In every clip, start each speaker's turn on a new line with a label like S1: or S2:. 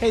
S1: Hey,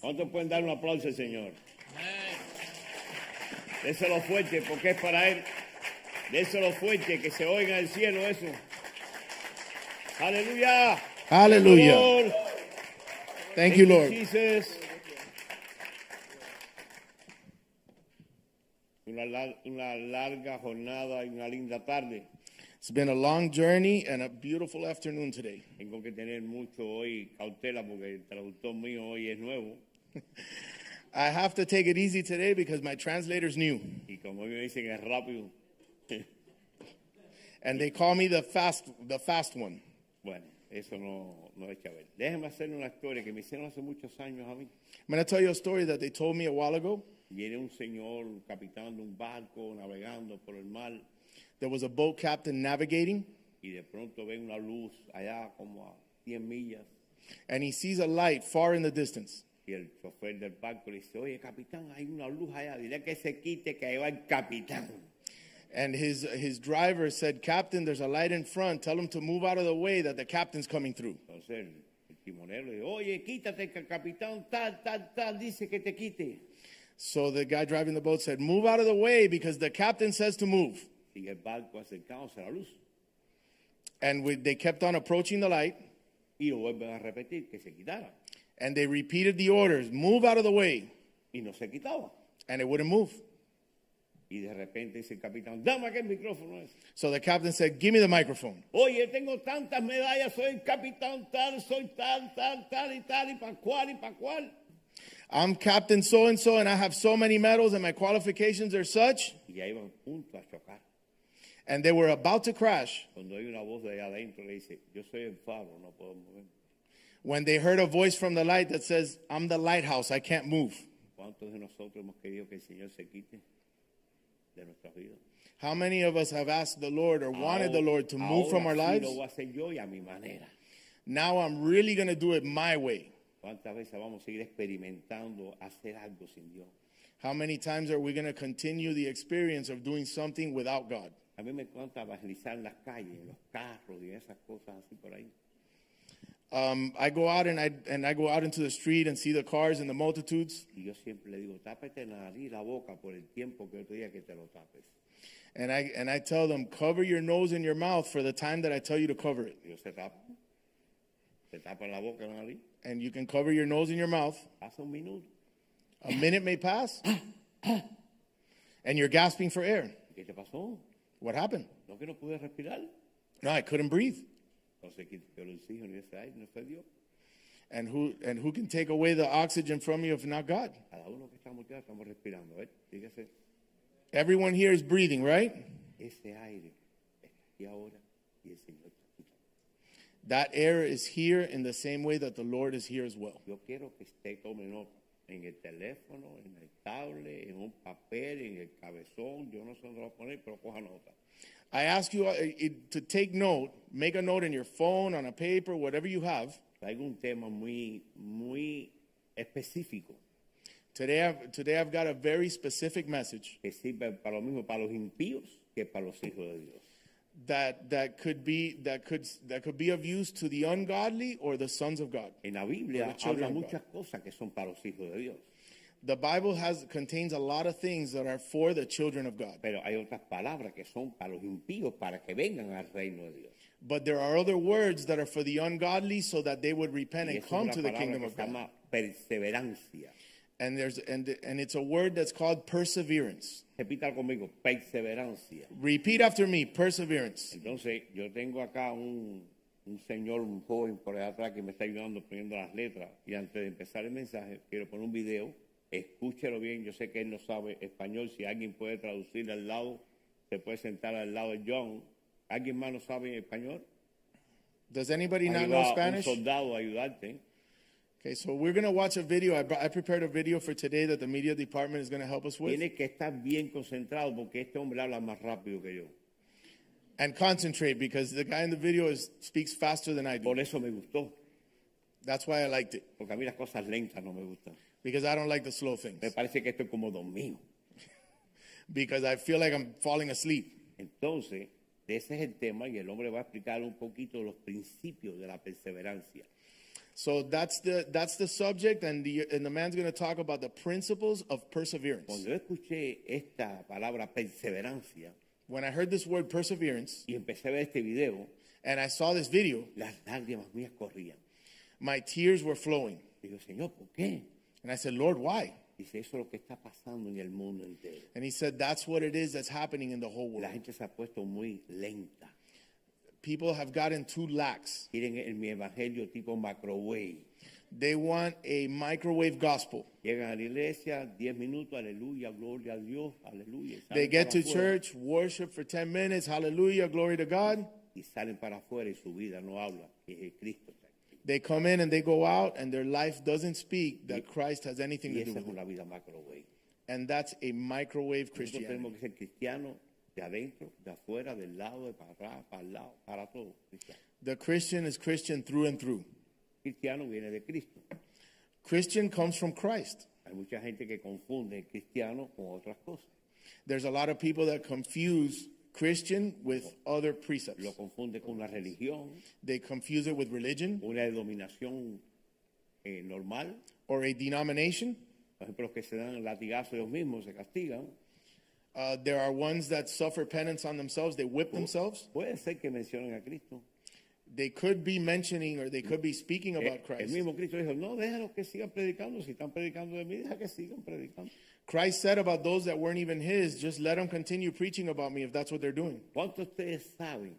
S2: ¿Cuántos pueden dar un aplauso al Señor? Déselo fuerte porque es para Él. Déselo fuerte, que se oiga en el cielo eso. Aleluya.
S3: Hallelujah.
S2: Lord.
S3: Thank you, Lord.
S2: Jesus. Una, lar- una larga jornada y una linda tarde.
S3: It's been a long journey and a beautiful afternoon today.
S2: Tengo que tener mucho hoy cautela porque el traductor mío hoy es nuevo.
S3: I have to take it easy today because my translator's new
S2: Y como me dicen es rápido.
S3: and they call me the fast the fast one.
S2: Bueno, eso no, no echa a ver. Déjeme hacer una historia que me hicieron hace muchos años a mí.
S3: I'm going to tell you a story that they told me a while ago.
S2: Viene un señor capitán de un barco navegando por el mar
S3: There was a boat captain navigating
S2: y de pronto ve una luz allá como a 100 millas
S3: and he sees a light far in the distance.
S2: y el chofer del barco le dice, oye capitán, hay una luz allá, dile que se quite que ahí va el capitán.
S3: And his his driver said, "Captain, there's a light in front. Tell him to move out of the way that the captain's coming through."
S2: Entonces el, el timonero le dice, oye, quítate que el capitán tal, tal, tal dice que te quite.
S3: So the guy driving the boat said, "Move out of the way because the captain says to move."
S2: Y el barco acercándose a la luz
S3: And we, they kept on approaching the light.
S2: y lo vuelven a repetir que se quitara.
S3: And they repeated the orders move out of the way.
S2: Y no se quitaba.
S3: And it wouldn't move.
S2: Y de repente dice el capitán, dame aquel micrófono ese.
S3: So the captain said, Give me the microphone.
S2: Oye, tengo tantas medallas, soy el capitán tal, soy tal, tal, tal y tal, y pa' cual, y pa' cual.
S3: I'm Captain so and so, and I have so many medals, and my qualifications are such.
S2: Y ahí van juntos a chocar.
S3: And they were about to crash
S2: Cuando hay una voz de allá adentro le dice, yo soy el faro, no puedo moverme.
S3: when they heard a voice from the light that says, I'm the lighthouse, I can't move.
S2: ¿Cuántos de nosotros hemos querido que el Señor se quite de nuestras vidas?
S3: How many of us have asked the Lord or wanted the
S2: Ahora-
S3: Lord to move from our
S2: ahora sí
S3: lives?
S2: lo voy a hacer yo y a mi manera.
S3: Now I'm really going to do it my way.
S2: ¿Cuántas veces vamos a seguir experimentando hacer algo sin Dios?
S3: How many times are we going to continue the experience of doing something without God?
S2: A mí me encanta evangelizar en las calles, en los carros y esas cosas así por ahí.
S3: Um, I go out and I and I go out into the street and see the cars and the multitudes,
S2: Y yo siempre le digo, tápate la nariz y la boca por el tiempo que yo te diga que te lo tapes.
S3: and I and I tell them cover your nose and your mouth for the time that I tell you to cover it,
S2: Dios se tapa. Se tapa la boca la nariz.
S3: and you can cover your nose and your mouth.
S2: Pasa un minuto.
S3: A minute may pass, and you're gasping for air.
S2: ¿Qué te pasó?
S3: What happened?
S2: No que no pude respirar.
S3: No, I couldn't breathe.
S2: No sé quién te dio el oxígeno y ese aire, no fue Dios.
S3: And who and who can take away the oxygen from you if not God?
S2: Cada uno que estamos ya estamos respirando. A ver, dígase,
S3: Everyone here is breathing, right?
S2: ese aire está aquí ahora y el Señor está aquí.
S3: That air is here in the same way that the Lord is here as well.
S2: Yo quiero que usted tome nota en el teléfono, en el tablet, en un papel, en el cabezón. Yo no sé dónde lo voy a poner, pero coja nota.
S3: I ask you uh, it- to take note, make a note in your phone, on a paper, whatever you have.
S2: Traigo un tema muy, muy específico
S3: Today I've, today I've got a very specific message
S2: que sirve para lo mismo para los impíos que para los hijos de Dios.
S3: that, that, could be, that, could, that could be of use to the ungodly or the sons of God.
S2: En la Biblia
S3: Para los
S2: habla
S3: children of God.
S2: muchas cosas que son para los hijos de Dios,
S3: The Bible has, contains a lot of things that are for the children of God,
S2: pero hay otras palabras que son para los impíos para que vengan al reino de Dios.
S3: but there are other words that are for the ungodly so that they would repent
S2: Y
S3: and
S2: esa
S3: come
S2: es
S3: to
S2: una
S3: the
S2: palabra
S3: kingdom
S2: que
S3: of
S2: se
S3: God.
S2: llama perseverancia.
S3: And, there's, and, and it's a word that's called perseverance.
S2: Repita conmigo, perseverancia.
S3: Repeat after me perseverance.
S2: Entonces, yo tengo acá un, un señor, un joven por allá atrás que me está ayudando poniendo las letras. Y antes de empezar el mensaje, quiero poner un video. Escúchelo bien. Yo sé que él no sabe español. Si alguien puede traducir al lado, se puede sentar al lado de John. ¿Alguien más no sabe español?
S3: Does anybody
S2: Ahí
S3: not
S2: va
S3: know
S2: un
S3: Spanish?
S2: soldado a ayudarte.
S3: Okay, so we're going to watch a video. I, br- I prepared a video for today that the media department is going to help us with.
S2: Tiene que estar bien concentrado porque este hombre habla más rápido que yo.
S3: And concentrate because the guy in the video is, speaks faster than I do.
S2: Por eso me gustó,
S3: That's why I liked it
S2: porque a mí las cosas lentas no me gustan.
S3: because I don't like the slow things
S2: Me parece que esto es como dormido.
S3: because I feel like I'm falling asleep.
S2: Entonces, ese es el tema y el hombre va a explicar un poquito los principios de la perseverancia.
S3: So that's the that's the subject, and the and the man's going to talk about the principles of perseverance.
S2: Cuando yo escuché esta palabra perseverancia
S3: When I heard this word perseverance
S2: y empecé a ver este video,
S3: and I saw this video,
S2: las lágrimas mías corrían.
S3: my tears were flowing,
S2: Digo, Señor, ¿por qué?
S3: and I said, "Lord, why?"
S2: Dice, eso es lo que está pasando en el mundo entero.
S3: And He said, "That's what it is that's happening in the whole
S2: La
S3: world.
S2: gente se ha puesto muy lenta.
S3: People have gotten too lax.
S2: Quieren en mi evangelio tipo macrowave.
S3: They want a microwave gospel.
S2: Llegan a la iglesia, 10 minutos, aleluya, gloria a Dios, aleluya. y salen
S3: They get
S2: para
S3: to
S2: afuera.
S3: church, worship for ten minutes, Hallelujah, glory to God."
S2: Y salen para afuera y su vida no habla, que es Cristo. está aquí.
S3: They come in and they go out, and their life doesn't speak that Christ has anything
S2: Y
S3: to do
S2: esa es
S3: with it.
S2: una vida macrowave.
S3: And that's a microwave
S2: Nosotros
S3: Christianity.
S2: tenemos que ser cristianos de adentro, de afuera, del lado, de para atrás, para el lado, para todo. Cristiano,
S3: The Christian is Christian through and through.
S2: cristiano viene de Cristo.
S3: Christian comes from Christ.
S2: Hay mucha gente que confunde el cristiano con otras cosas.
S3: There's a lot of people that confuse Christian with other precepts.
S2: Lo confunde con una religión,
S3: They confuse it with religion
S2: una denominación eh, normal.
S3: or a denomination.
S2: Por ejemplo, los que se dan latigazo ellos mismos se castigan.
S3: Uh, there are ones that suffer penance on themselves. They whip themselves.
S2: Puede ser que mencionen a Cristo.
S3: They could be mentioning or they could be speaking
S2: Eh,
S3: about
S2: el
S3: Christ.
S2: mismo Cristo dijo, no, déjalos que sigan predicando. Si están predicando de mí, deja que sigan predicando.
S3: Christ said about those that weren't even his, just let them continue preaching about me if that's what they're doing.
S2: ¿Cuántos de ustedes saben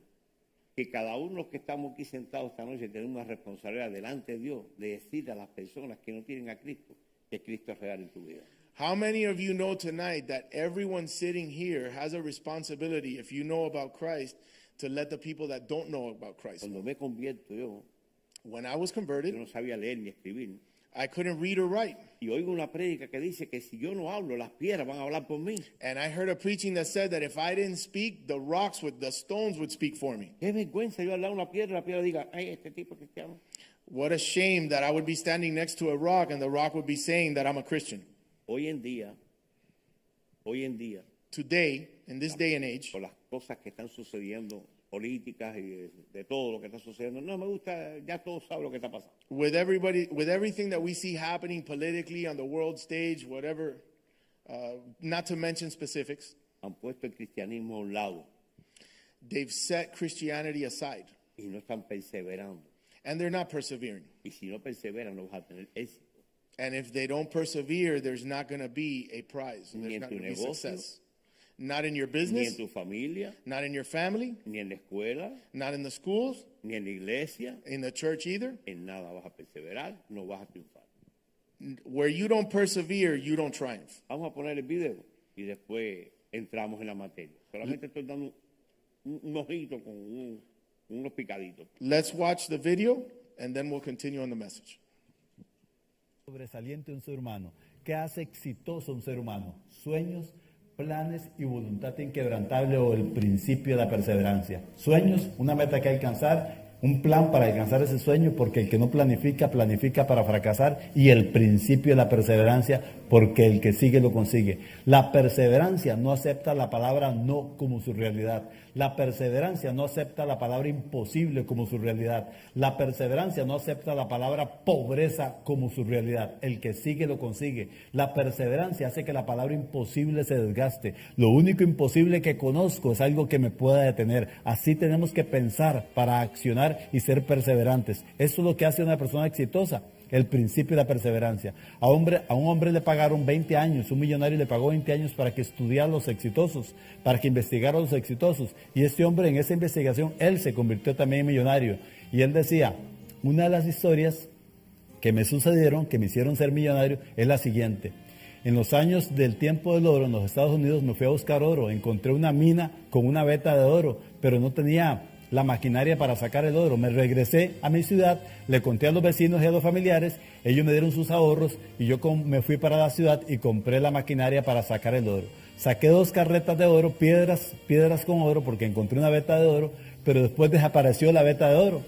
S2: que cada uno de los que estamos aquí sentados esta noche tenemos una responsabilidad delante de Dios de decir a las personas que no tienen a Cristo que Cristo es real en tu vida?
S3: How many of you know tonight that everyone sitting here has a responsibility, if you know about Christ, to let the people that don't know about Christ? know?
S2: Cuando me convierto yo,
S3: When I was
S2: yo
S3: converted,
S2: no sabía leer ni escribir.
S3: I couldn't read or write.
S2: Y oigo una prédica que dice que si yo no hablo, las piedras van a hablar por mí.
S3: And I heard a preaching that said that if I didn't speak, the rocks would, the stones would speak for me.
S2: Qué vergüenza yo hablar a una piedra, la piedra diga, ay, este tipo es cristiano.
S3: What a shame that I would be standing next to a rock and the rock would be saying that I'm a Christian.
S2: Hoy en día, hoy en día,
S3: Today, in this day and age,
S2: por las cosas que están sucediendo, políticas y de, de todo lo que está sucediendo, no me gusta, ya todos saben lo que está pasando.
S3: with everybody, with everything that we see happening politically on the world stage, whatever, uh, not to mention specifics,
S2: han puesto el cristianismo a un lado
S3: they've set Christianity aside
S2: y no están perseverando.
S3: and they're not persevering.
S2: Y si no perseveran, no vas a tener éxito
S3: And if they don't persevere, there's not going to be a prize.
S2: Ni
S3: There's
S2: en
S3: not
S2: tu
S3: going to be
S2: negocio.
S3: success. Not in your
S2: ni en
S3: business,
S2: tu familia,
S3: not in your family,
S2: ni en la escuela,
S3: not in the schools,
S2: ni en la iglesia.
S3: in the church either.
S2: En nada vas a perseverar, no vas a triunfar.
S3: Where you don't persevere, you don't triumph.
S2: Vamos a poner el video y después entramos en la materia. Solamente estoy dando un, un ojito con un- unos picaditos.
S3: Let's watch the video and then we'll continue on the message.
S4: sobresaliente un ser humano? ¿Qué hace exitoso un ser humano? Sueños, planes y voluntad inquebrantable o el principio de la perseverancia. Sueños, una meta que alcanzar, un plan para alcanzar ese sueño, porque el que no planifica, planifica para fracasar, y el principio de la perseverancia, porque el que sigue lo consigue. La perseverancia no acepta la palabra no como su realidad. La perseverancia no acepta la palabra imposible como su realidad. La perseverancia no acepta la palabra pobreza como su realidad. El que sigue lo consigue. La perseverancia hace que la palabra imposible se desgaste. Lo único imposible que conozco es algo que me pueda detener. Así tenemos que pensar para accionar y ser perseverantes. Eso es lo que hace a una persona exitosa el principio de la perseverancia. A, hombre, a un hombre le pagaron 20 años, un millonario le pagó 20 años para que estudiara a los exitosos, para que investigara a los exitosos. Y este hombre en esa investigación, él se convirtió también en millonario. Y él decía, una de las historias que me sucedieron, que me hicieron ser millonario, es la siguiente. En los años del tiempo del oro en los Estados Unidos me fui a buscar oro, encontré una mina con una veta de oro, pero no tenía la maquinaria para sacar el oro. Me regresé a mi ciudad, le conté a los vecinos y a los familiares, ellos me dieron sus ahorros y yo com- me fui para la ciudad y compré la maquinaria para sacar el oro. Saqué dos carretas de oro, piedras, piedras con oro, porque encontré una veta de oro, pero después desapareció la veta de oro.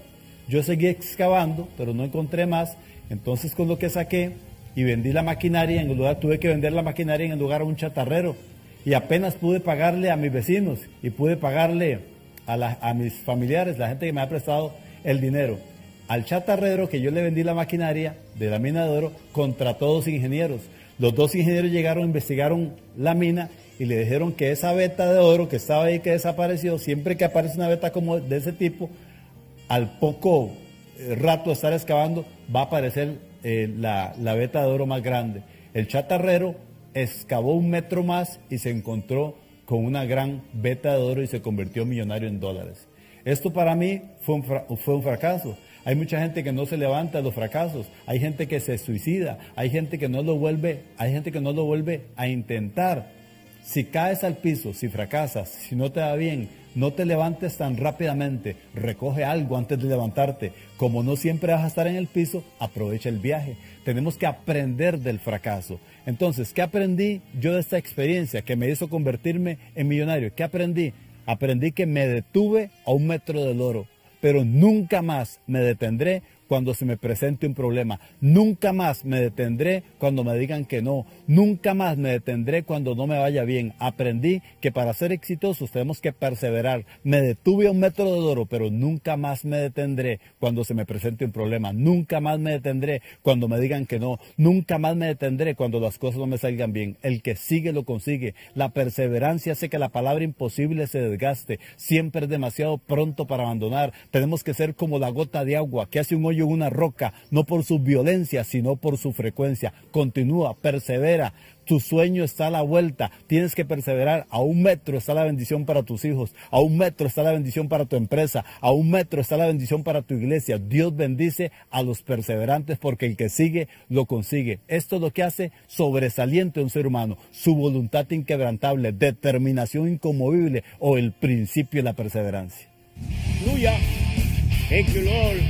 S4: Yo seguí excavando, pero no encontré más. Entonces con lo que saqué y vendí la maquinaria, en el lugar tuve que vender la maquinaria en el lugar a un chatarrero. Y apenas pude pagarle a mis vecinos y pude pagarle a, la- a mis familiares, la gente que me ha prestado el dinero. Al chatarrero que yo le vendí la maquinaria de la mina de oro, contrató dos ingenieros. Los dos ingenieros llegaron, investigaron la mina y le dijeron que esa veta de oro que estaba ahí que desapareció, siempre que aparece una veta como de ese tipo, al poco eh, rato de estar excavando, va a aparecer eh, la, la veta de oro más grande. El chatarrero excavó un metro más y se encontró con una gran veta de oro y se convirtió en millonario en dólares. Esto para mí fue un, fra- fue un fracaso. Hay mucha gente que no se levanta de los fracasos, hay gente que se suicida, hay gente que no lo vuelve, hay gente que no lo vuelve a intentar. Si caes al piso, si fracasas, si no te va bien, no te levantes tan rápidamente. Recoge algo antes de levantarte. Como no siempre vas a estar en el piso, aprovecha el viaje. Tenemos que aprender del fracaso. Entonces, ¿qué aprendí yo de esta experiencia que me hizo convertirme en millonario? ¿Qué aprendí? Aprendí que me detuve a un metro del oro pero nunca más me detendré cuando se me presente un problema. Nunca más me detendré cuando me digan que no. Nunca más me detendré cuando no me vaya bien. Aprendí que para ser exitosos tenemos que perseverar. Me detuve a un metro de oro, pero nunca más me detendré cuando se me presente un problema. Nunca más me detendré cuando me digan que no. Nunca más me detendré cuando las cosas no me salgan bien. El que sigue lo consigue. La perseverancia hace que la palabra imposible se desgaste. Siempre es demasiado pronto para abandonar. Tenemos que ser como la gota de agua que hace un hoyo en una roca, no por su violencia, sino por su frecuencia. Continúa, persevera. Tu sueño está a la vuelta. Tienes que perseverar. A un metro está la bendición para tus hijos. A un metro está la bendición para tu empresa. A un metro está la bendición para tu iglesia. Dios bendice a los perseverantes porque el que sigue lo consigue. Esto es lo que hace sobresaliente a un ser humano. Su voluntad inquebrantable, determinación inconmovible o el principio de la perseverancia.
S2: Hallelujah. Thank you, Lord.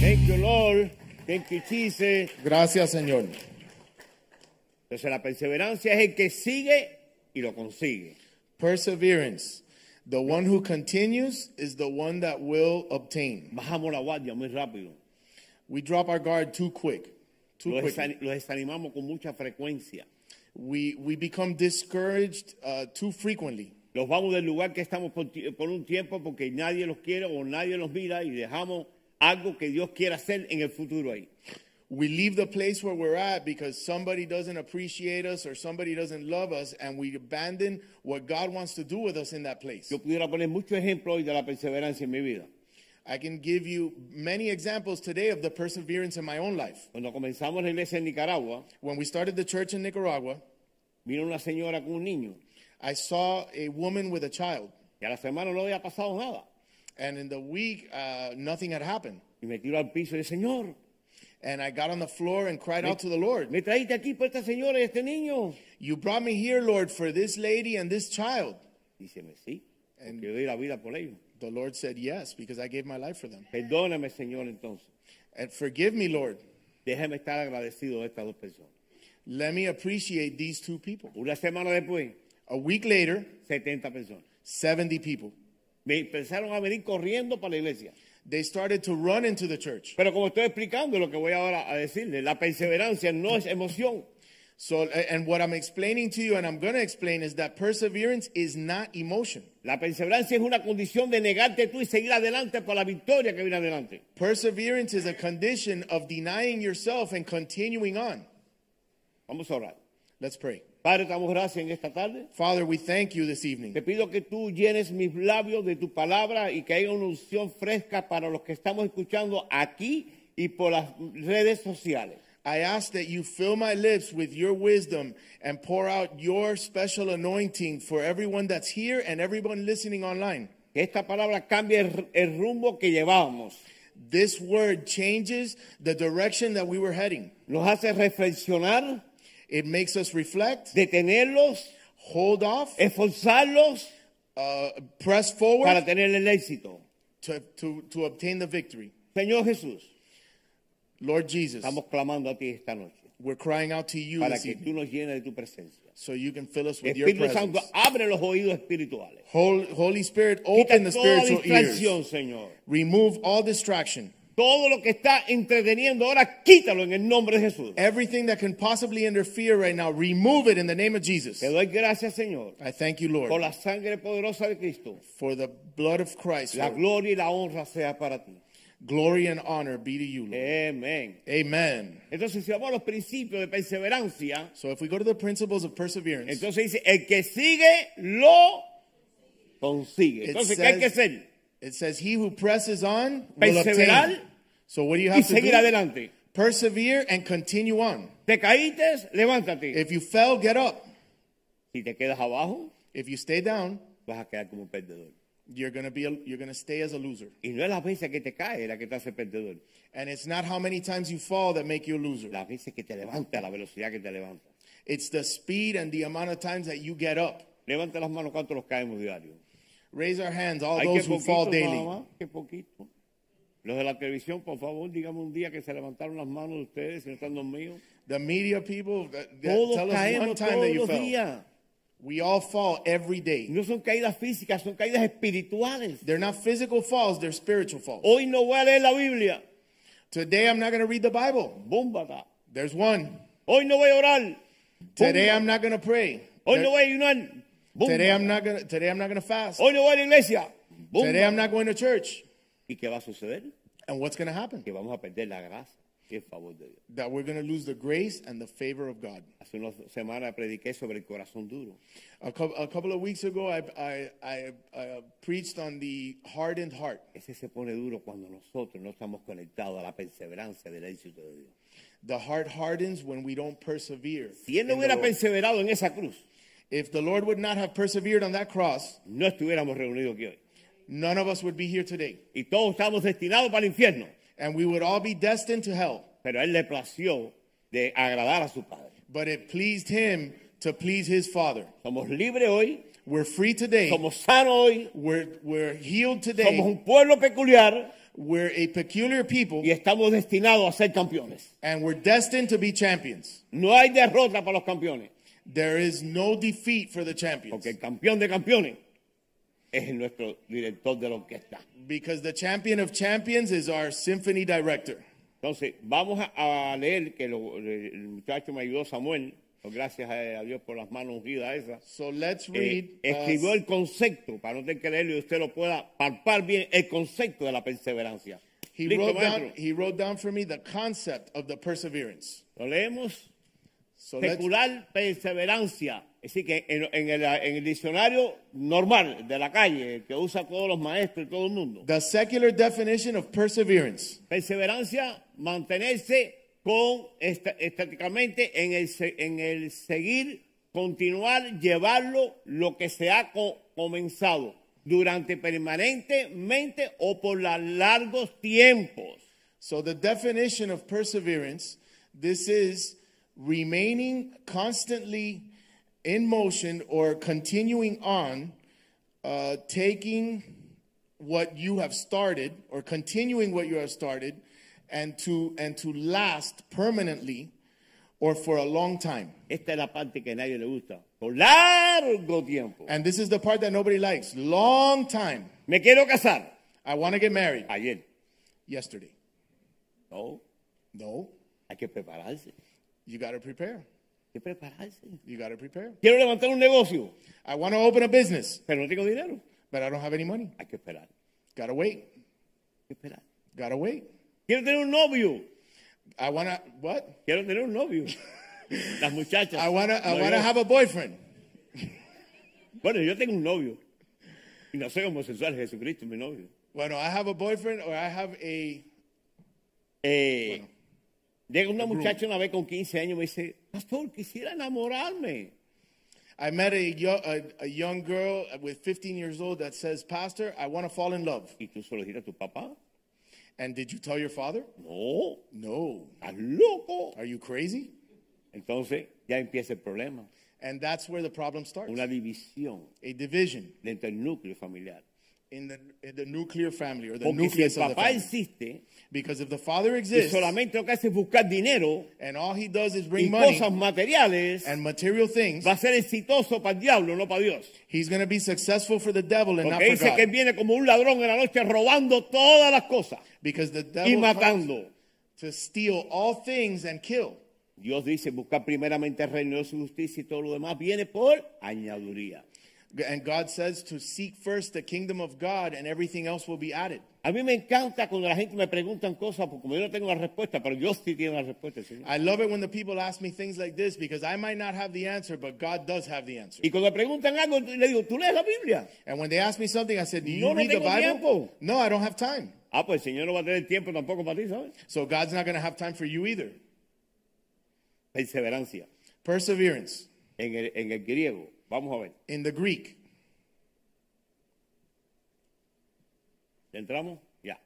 S2: Thank you, Lord. Thank you, Jesus.
S3: Gracias, Señor.
S2: Entonces, la perseverancia es el que sigue y lo consigue.
S3: Perseverance. The one who continues is the one that will obtain.
S2: Bajamos la guardia muy rápido.
S3: We drop our guard too quick. Too
S2: Los,
S3: quick.
S2: desani- los desanimamos con mucha frecuencia.
S3: We, we become discouraged uh, too frequently.
S2: Los vamos del lugar que estamos por, ti- por un tiempo porque nadie los quiere o nadie los mira y dejamos algo que Dios quiera hacer en el futuro ahí.
S3: We leave the place where we're at because somebody doesn't appreciate us or somebody doesn't love us, and we abandon what God wants to do with us in that place.
S2: Yo pudiera poner muchos ejemplos hoy de la perseverancia en mi vida.
S3: I can give you many examples today of the perseverance in my own life.
S2: Cuando comenzamos la iglesia en Nicaragua,
S3: When we started the church in Nicaragua,
S2: vino una señora con un niño
S3: I saw a woman with a child,
S2: y a la semana no había pasado nada.
S3: and in the week, uh, nothing had happened.
S2: Y me tiró al piso y dije, Señor,
S3: And I got on the floor and cried out to the Lord,
S2: me traíste aquí por esta señora y este niño.
S3: You brought me here, Lord, for this lady and this child.
S2: Díceme, sí, porque yo doy la vida por ellos.
S3: The Lord said, Yes, because I gave my life for them.
S2: Perdóname, Señor, entonces.
S3: And forgive me, Lord.
S2: Déjame estar agradecido de estas dos personas.
S3: Let me appreciate these two people.
S2: Una semana después,
S3: A week later,
S2: 70 personas.
S3: 70 people.
S2: Me empezaron a venir corriendo para la iglesia.
S3: They started to run into the church.
S2: Pero como estoy explicando lo que voy ahora a decirle, la perseverancia no es emoción.
S3: So, and what I'm explaining to you, and I'm going to explain, is that perseverance is not emotion.
S2: La perseverancia es una condición de negarte tú y seguir adelante por la victoria que viene adelante.
S3: Perseverance is a condition of denying yourself and continuing on.
S2: Vamos a orar.
S3: Let's pray.
S2: Padre, te damos gracias en esta tarde.
S3: Father, we thank you this
S2: Te
S3: evening.
S2: pido que tú llenes mis labios de tu palabra y que haya una unción fresca para los que estamos escuchando aquí y por las redes sociales.
S3: I ask that you fill my lips with your wisdom and pour out your special anointing for everyone that's here and everyone listening online.
S2: Que esta palabra cambie el, el rumbo que llevábamos.
S3: This word changes the direction that we were heading.
S2: Nos hace reflexionar,
S3: It makes us reflect,
S2: detenerlos,
S3: hold off,
S2: esforzarlos
S3: uh, press
S2: para
S3: forward
S2: tener el éxito.
S3: to, to, to obtain the victory.
S2: Señor Jesús,
S3: Lord Jesus,
S2: estamos clamando a ti esta noche
S3: we're crying out to you
S2: para
S3: this
S2: que tú
S3: evening
S2: nos llenes de tu presencia.
S3: so you can fill us with your
S2: Espíritu Santo,
S3: presence.
S2: abre los oídos espirituales.
S3: Holy, Holy Spirit,
S2: Quita
S3: open the
S2: toda
S3: spiritual
S2: distracción,
S3: ears.
S2: Señor.
S3: Remove all distraction.
S2: Todo lo que está entreteniendo ahora, quítalo en el nombre de Jesús.
S3: Everything that can possibly interfere right now, remove it in the name of Jesus.
S2: Te doy gracias, Señor,
S3: I thank you,
S2: por
S3: Lord,
S2: la sangre poderosa de Cristo.
S3: for the blood of Christ.
S2: La
S3: Lord.
S2: gloria y la honra sea para ti.
S3: Glory and honor be to you, Lord.
S2: Amén.
S3: Amen.
S2: Entonces, si vamos a los principios de perseverancia,
S3: So if we go to the principles of perseverance,
S2: entonces dice, el que sigue lo consigue.
S3: It
S2: Entonces, ¿qué hay que
S3: says-
S2: hacer?
S3: it says, "He who presses on will obtain."
S2: Perseverar
S3: So what do you
S2: Y
S3: have to
S2: seguir
S3: do?
S2: adelante.
S3: Persevere and continue on.
S2: Te caíste, levántate.
S3: If you fell, get up.
S2: Si te quedas abajo,
S3: If you stay down,
S2: vas a quedar como un perdedor.
S3: you're gonna be a, you're gonna stay as a loser.
S2: Y no es las veces que te cae la que te hace perdedor.
S3: And it's not how many times you fall that make you a loser.
S2: Las veces que te levanta, la velocidad que te levanta.
S3: It's the speed and the amount of times that you get up.
S2: Levanta las manos, ¿cuántos los caemos diario?
S3: Raise our hands, all
S2: Hay
S3: those
S2: que
S3: who
S2: poquito,
S3: fall
S2: nada
S3: daily.
S2: más, que poquito. Los de la televisión, por favor, díganme un día que se levantaron las manos de ustedes, si no están los míos.
S3: The media people that, that
S2: Todos
S3: tell us one
S2: caemos
S3: time that
S2: todos
S3: you
S2: los
S3: fell.
S2: días.
S3: We all fall every day.
S2: No son caídas físicas, son caídas espirituales.
S3: They're not physical falls, they're spiritual falls.
S2: Hoy no voy a leer la Biblia.
S3: Today I'm not going to read the Bible.
S2: Bómbata.
S3: There's one.
S2: Hoy no voy a orar.
S3: Today I'm not going to pray.
S2: Hoy
S3: There-
S2: no voy a ayunar. Bómbata.
S3: today I'm not going to today I'm not going to fast.
S2: Hoy no voy a la iglesia.
S3: Today
S2: Bómbata.
S3: I'm not going to church.
S2: ¿Y qué va a suceder?
S3: And what's going to happen?
S2: Que vamos a perder la gracia y el favor de Dios.
S3: That we're going to lose the grace and the favor of God.
S2: Hace unas semanas prediqué sobre el corazón duro.
S3: A, cou- a couple of weeks ago I I, I I preached on the hardened heart.
S2: Ese se pone duro cuando nosotros no estamos conectados a la perseverancia del éxito de Dios.
S3: The heart hardens when we don't persevere.
S2: Si él no
S3: in the
S2: hubiera
S3: Lord.
S2: perseverado en esa cruz,
S3: If the Lord would not have persevered on that cross,
S2: no estuviéramos reunidos aquí hoy.
S3: none of us would be here today.
S2: Y todos estamos destinados para el infierno.
S3: And we would all be destined to hell.
S2: Pero a él le plació de agradar a su Padre.
S3: But it pleased him to please his Father.
S2: Somos libres hoy,
S3: We're free today.
S2: somos sanos hoy,
S3: We're, we're healed
S2: somos
S3: today.
S2: un pueblo peculiar
S3: We're a peculiar people
S2: y estamos destinados a ser campeones.
S3: and we're destined to be champions.
S2: No hay derrota para los campeones,
S3: There is no defeat for the champions
S2: porque el campeón de campeones es nuestro director de la orquesta.
S3: because the champion of champions is our symphony director.
S2: Entonces, vamos a, a leer que lo- el muchacho me ayudó Samuel, Pues gracias a, a Dios por las manos ungidas esas.
S3: So let's
S2: Eh,
S3: read. uh,
S2: escribió el concepto, para no tener que leerlo y usted lo pueda palpar bien, el concepto de la perseverancia.
S3: he,
S2: Listo,
S3: wrote down,
S2: maestro.
S3: he wrote down for me the concept of the perseverance.
S2: Lo leemos.
S3: So let's,
S2: Secular perseverancia. Es decir, que en, en el, en el diccionario normal de la calle, el que usa todos los maestros y todo el mundo.
S3: the secular definition of perseverance
S2: Perseverancia, mantenerse con esta- estáticamente en el, se- en el seguir, continuar, llevarlo lo que se ha co- comenzado durante permanentemente o por la- largos tiempos.
S3: So the definition of perseverance, this is remaining constantly in motion or continuing on, uh, taking what you have started or continuing what you have started, and to and to last permanently or for a long time.
S2: Esta es la parte que a nadie le gusta. Por largo tiempo.
S3: And this is the part that nobody likes. Long time.
S2: Me quiero casar.
S3: I want to get married.
S2: Ayer.
S3: Yesterday.
S2: No,
S3: No,
S2: hay que prepararse. Hay
S3: you got to prepare.
S2: que prepararse.
S3: You got to prepare.
S2: Quiero levantar un negocio,
S3: I want to open a business,
S2: pero no tengo dinero.
S3: but I don't have any money.
S2: Hay que esperar. Hay
S3: Gotta wait.
S2: que esperar.
S3: Gotta wait.
S2: Quiero tener un novio.
S3: I wanna what?
S2: Quiero tener un novio. Las muchachas.
S3: I wanna I
S2: No,
S3: wanna
S2: yo-
S3: have a boyfriend.
S2: Bueno, yo tengo un novio. Y no soy homosexual, Jesucristo, es mi novio.
S3: Well, no, I have a boyfriend or I have a
S2: Eh, Llega una muchacha una vez con 15 años y me dice, Pastor, quisiera enamorarme.
S3: I met a young a, a young girl with 15 years old that says, "Pastor, I want to fall in love."
S2: Y tú solo giras a tu papá.
S3: And did you tell your father?
S2: No,
S3: No.
S2: estás loco.
S3: Are you crazy?
S2: Entonces ya empieza el problema.
S3: And that's where the problem starts.
S2: Una división
S3: A division
S2: dentro del núcleo familiar.
S3: in the, in the nuclear family or the
S2: Porque si el
S3: nucleus of the
S2: papá
S3: family.
S2: existe
S3: Because if the father
S2: y
S3: exists
S2: solamente lo que hace es buscar dinero
S3: and all he does is
S2: y
S3: bring money
S2: cosas materiales,
S3: and material things,
S2: va a ser exitoso para el diablo, no para Dios.
S3: he's going to be successful for the devil and
S2: Porque
S3: not for
S2: dice
S3: God.
S2: que él viene como un ladrón en la noche robando todas las cosas
S3: because the
S2: y
S3: devil comes
S2: matando.
S3: to steal all things and kill.
S2: Dios dice buscar primeramente el reino de su justicia y todo lo demás viene por añaduría.
S3: G- And God says to seek first the kingdom of God and everything else will be added.
S2: A mí me encanta cuando la gente me preguntan cosas, porque como yo no tengo la respuesta, pero yo sí tiene la respuesta, Señor.
S3: I love it when the people ask me things like this because I might not have the answer, but God does have the answer.
S2: Y cuando me preguntan algo, le digo, ¿tú lees la Biblia?
S3: And when they ask me something, I said, Do you
S2: No, no
S3: read the
S2: tengo
S3: Bible?
S2: tiempo.
S3: No, I don't have time.
S2: Ah, pues el Señor no va a tener tiempo tampoco para ti, ¿sabes?
S3: So God's not going to have time for you either.
S2: Perseverancia.
S3: Perseverance
S2: En el, en el griego, vamos a ver,
S3: in the Greek.
S2: ¿entramos? Ya.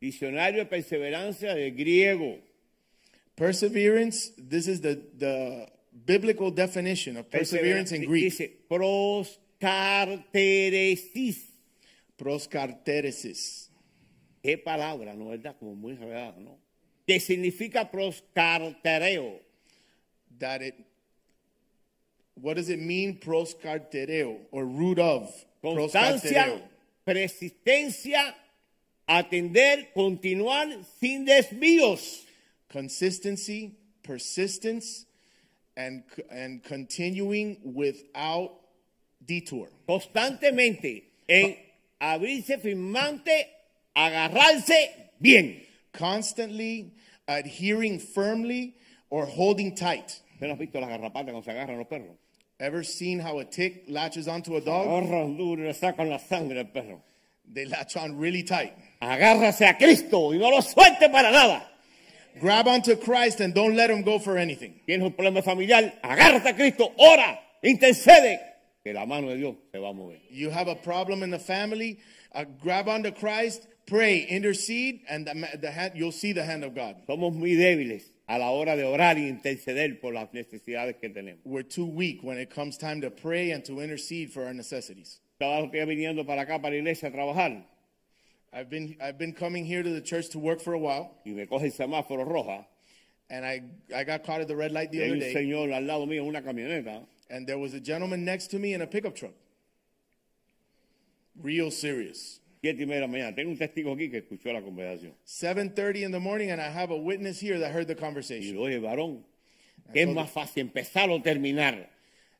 S2: Diccionario de perseverancia de griego.
S3: Perseverance, this is the, the biblical definition of perseverance in Greek.
S2: Dice, proscarteresis.
S3: Proskarteresis.
S2: Qué palabra, ¿no? ¿Verdad? Como muy real, ¿no? Que significa proscartereo.
S3: That it, what does it mean, proskartereo, or root of? Proskartereo.
S2: Constancia, persistencia, atender, continuar sin desvíos.
S3: Consistency, persistence, and, and continuing without detour.
S2: Constantemente en
S3: Ah.
S2: abrirse firmante, agarrarse bien.
S3: Constantly adhering firmly or holding tight.
S2: ¿Usted no has visto las garrapatas cuando se agarran los perros?
S3: Ever seen how a tick latches onto a dog?
S2: Agarran duro y le sacan la sangre al perro.
S3: They latch on really tight.
S2: Agárrase a Cristo y no lo suelte para nada.
S3: Grab onto Christ and don't let him go for anything.
S2: Tienes un problema familiar, agárrate a Cristo, ora, intercede, que la mano de Dios se va a mover.
S3: You have a problem in the family, uh, grab onto Christ, pray, intercede, and the, ma- the hand, you'll see the hand of God.
S2: Somos muy débiles a la hora de orar y interceder por las necesidades que tenemos.
S3: We're too weak when it comes time to pray and to intercede for our necessities.
S2: Estaba usted viniendo para acá, para la iglesia, a trabajar
S3: I've been, I've been coming here to the church to work for a while,
S2: y me coge el semáforo roja.
S3: and I, I got caught at the red light
S2: Y
S3: the
S2: hay
S3: other
S2: un
S3: day,
S2: señor al lado mío en una camioneta.
S3: and there was a gentleman next to me in a pickup truck. Real serious.
S2: Siete y media de la mañana. Tengo un testigo aquí que escuchó la conversación.
S3: 7:30 in the morning, and I have a witness here that heard the
S2: Y
S3: conversation.
S2: yo, oye, varón, ¿qué es más fácil, empezar o terminar?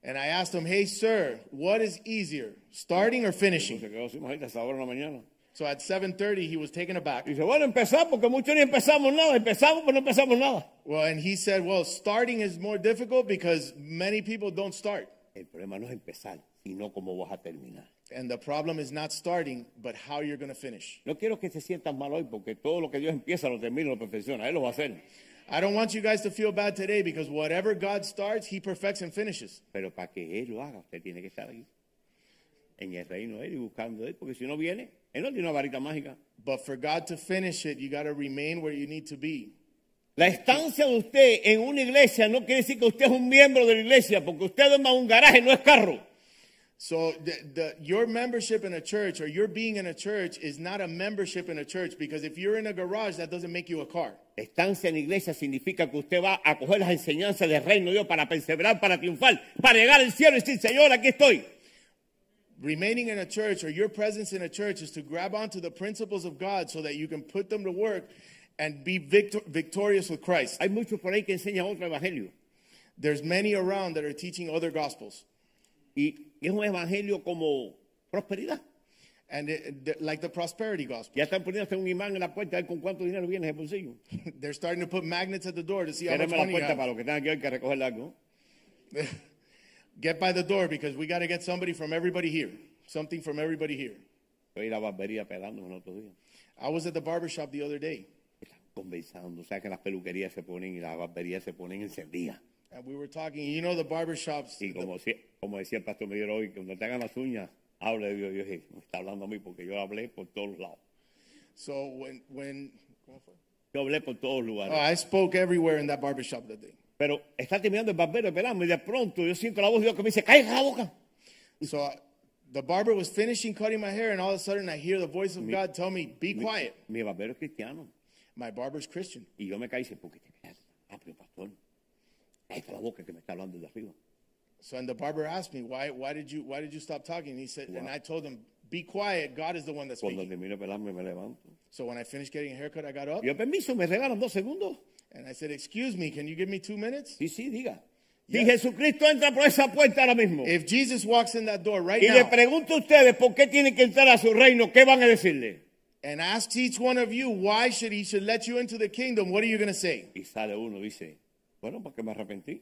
S3: And I asked him, "Hey, sir, what is easier, starting or
S2: Y se
S3: finishing?"
S2: quedó sin mujer a esa hora de la mañana.
S3: So at 7:30, he was taken aback.
S2: Y dice, bueno, empezar porque muchos ni empezamos nada. Empezamos, pero no empezamos nada.
S3: Well, and he said, "Well, starting is more difficult because many people don't start,
S2: El problema no es empezar, sino cómo vas a terminar.
S3: and the problem is not starting, but how you're going to finish."
S2: No quiero que se sientan mal hoy porque todo lo que Dios empieza lo termina, lo perfecciona. Él lo va a hacer.
S3: I don't want you guys to feel bad today because whatever God starts, He perfects and finishes.
S2: Pero para que Él lo haga, usted tiene que estar ahí. En el reino de Él y buscando de Él. Porque si no viene, Él no tiene una varita mágica.
S3: But for God to finish it, you got to remain where you need to be.
S2: La estancia de usted en una iglesia no quiere decir que usted es un miembro de la iglesia. Porque usted duerma en un garaje, no es carro.
S3: So the, the, your membership in a church or your being in a church is not a membership in a church because if you're in a garage, that doesn't make you a car.
S2: Estancia en la iglesia significa que usted va a coger las enseñanzas del reino de Dios para perseverar, para triunfar, para llegar al cielo y decir, Señor, aquí estoy.
S3: Remaining in a church or your presence in a church is to grab onto the principles of God so that you can put them to work and be victor- victorious with Christ.
S2: Hay muchos por ahí que enseñan otro evangelio.
S3: There's many around that are teaching other gospels,
S2: Y es un evangelio como prosperidad.
S3: and it, th- like the prosperity gospel,
S2: Ya están poniendo hasta un imán en la puerta a ver con cuánto dinero viene ese bolsillo.
S3: they're starting to put magnets at the door to see how much
S2: Queremos la
S3: money you
S2: puerta para
S3: have.
S2: los que están aquí hoy que recoger algo.
S3: Get by the door because we got to get somebody from everybody here, something from everybody here.
S2: Yo ir a la barbería pelando en otro día.
S3: I was at the barber shop the other day.
S2: Están conversando. O sea que las peluquerías se ponen y las barberías se ponen encendidas.
S3: And we were talking, you know, the barbershops,
S2: Y como, si- como decía el pastor Miguel hoy, cuando te hagan las uñas, hable de Dios. Yo dije, me está hablando a mí porque yo hablé por todos lados.
S3: so when, when
S2: Yo hablé por todos
S3: oh,
S2: lugares.
S3: I spoke everywhere in that barbershop that day.
S2: Pero está terminando el barbero de pelarme y de pronto yo siento la voz de Dios que me dice, ¡cállate la boca!
S3: So I, The barber was finishing cutting my hair, and all of a sudden I hear the voice of God tell me, Be
S2: Mi,
S3: quiet.
S2: mi barbero es cristiano.
S3: My barber's Christian.
S2: Y yo me caí y dije, ¿por qué te quedas? Ah, pero pastor, esta es la boca que me está hablando de arriba.
S3: So and the barber asked me, Why why did you why did you stop talking? And he said, and
S2: Wow.
S3: I told him, Be quiet, God is the one that's
S2: Cuando
S3: speaking.
S2: termino de pelarme, me levanto.
S3: So when I finished getting a haircut, I got up
S2: Yo, permiso, ¿me regalan dos segundos?
S3: and I said, Excuse me, can you give me two minutes?
S2: Sí, sí, diga. Si Jesucristo entra por esa puerta ahora mismo
S3: If Jesus walks in that door right
S2: y le
S3: now
S2: pregunto a ustedes por qué tienen que entrar a su reino, ¿qué van a decirle?
S3: and asks each one of you why should he should let you into the kingdom, what are you gonna say?
S2: Y sale uno y dice, bueno, porque me arrepentí.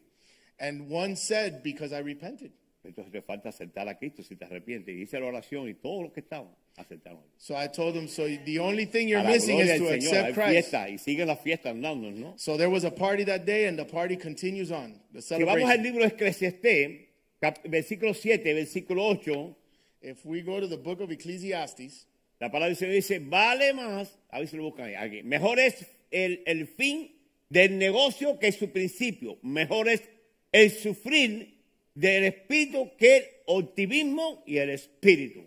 S3: And one said, Because I repented.
S2: Entonces te falta aceptar a Cristo si te arrepientes. Y hice la oración y todos los que estaban aceptaron.
S3: So I told him, So the only thing
S2: A
S3: you're
S2: la
S3: missing
S2: gloria
S3: is to
S2: del Señor, hay
S3: accept Christ.
S2: fiesta y sigue la fiesta andando, ¿no?
S3: So there was a party that day, and the party continues on. The
S2: Si vamos al
S3: celebration.
S2: libro de Eclesiastés, cap- versículo 7, versículo 8,
S3: If we go to the book of Ecclesiastes,
S2: la palabra del Señor dice, vale más, a ver si lo buscan ahí, aquí. mejor es el, el fin del negocio que su principio, mejor es el sufrir del espíritu que el optimismo y el espíritu.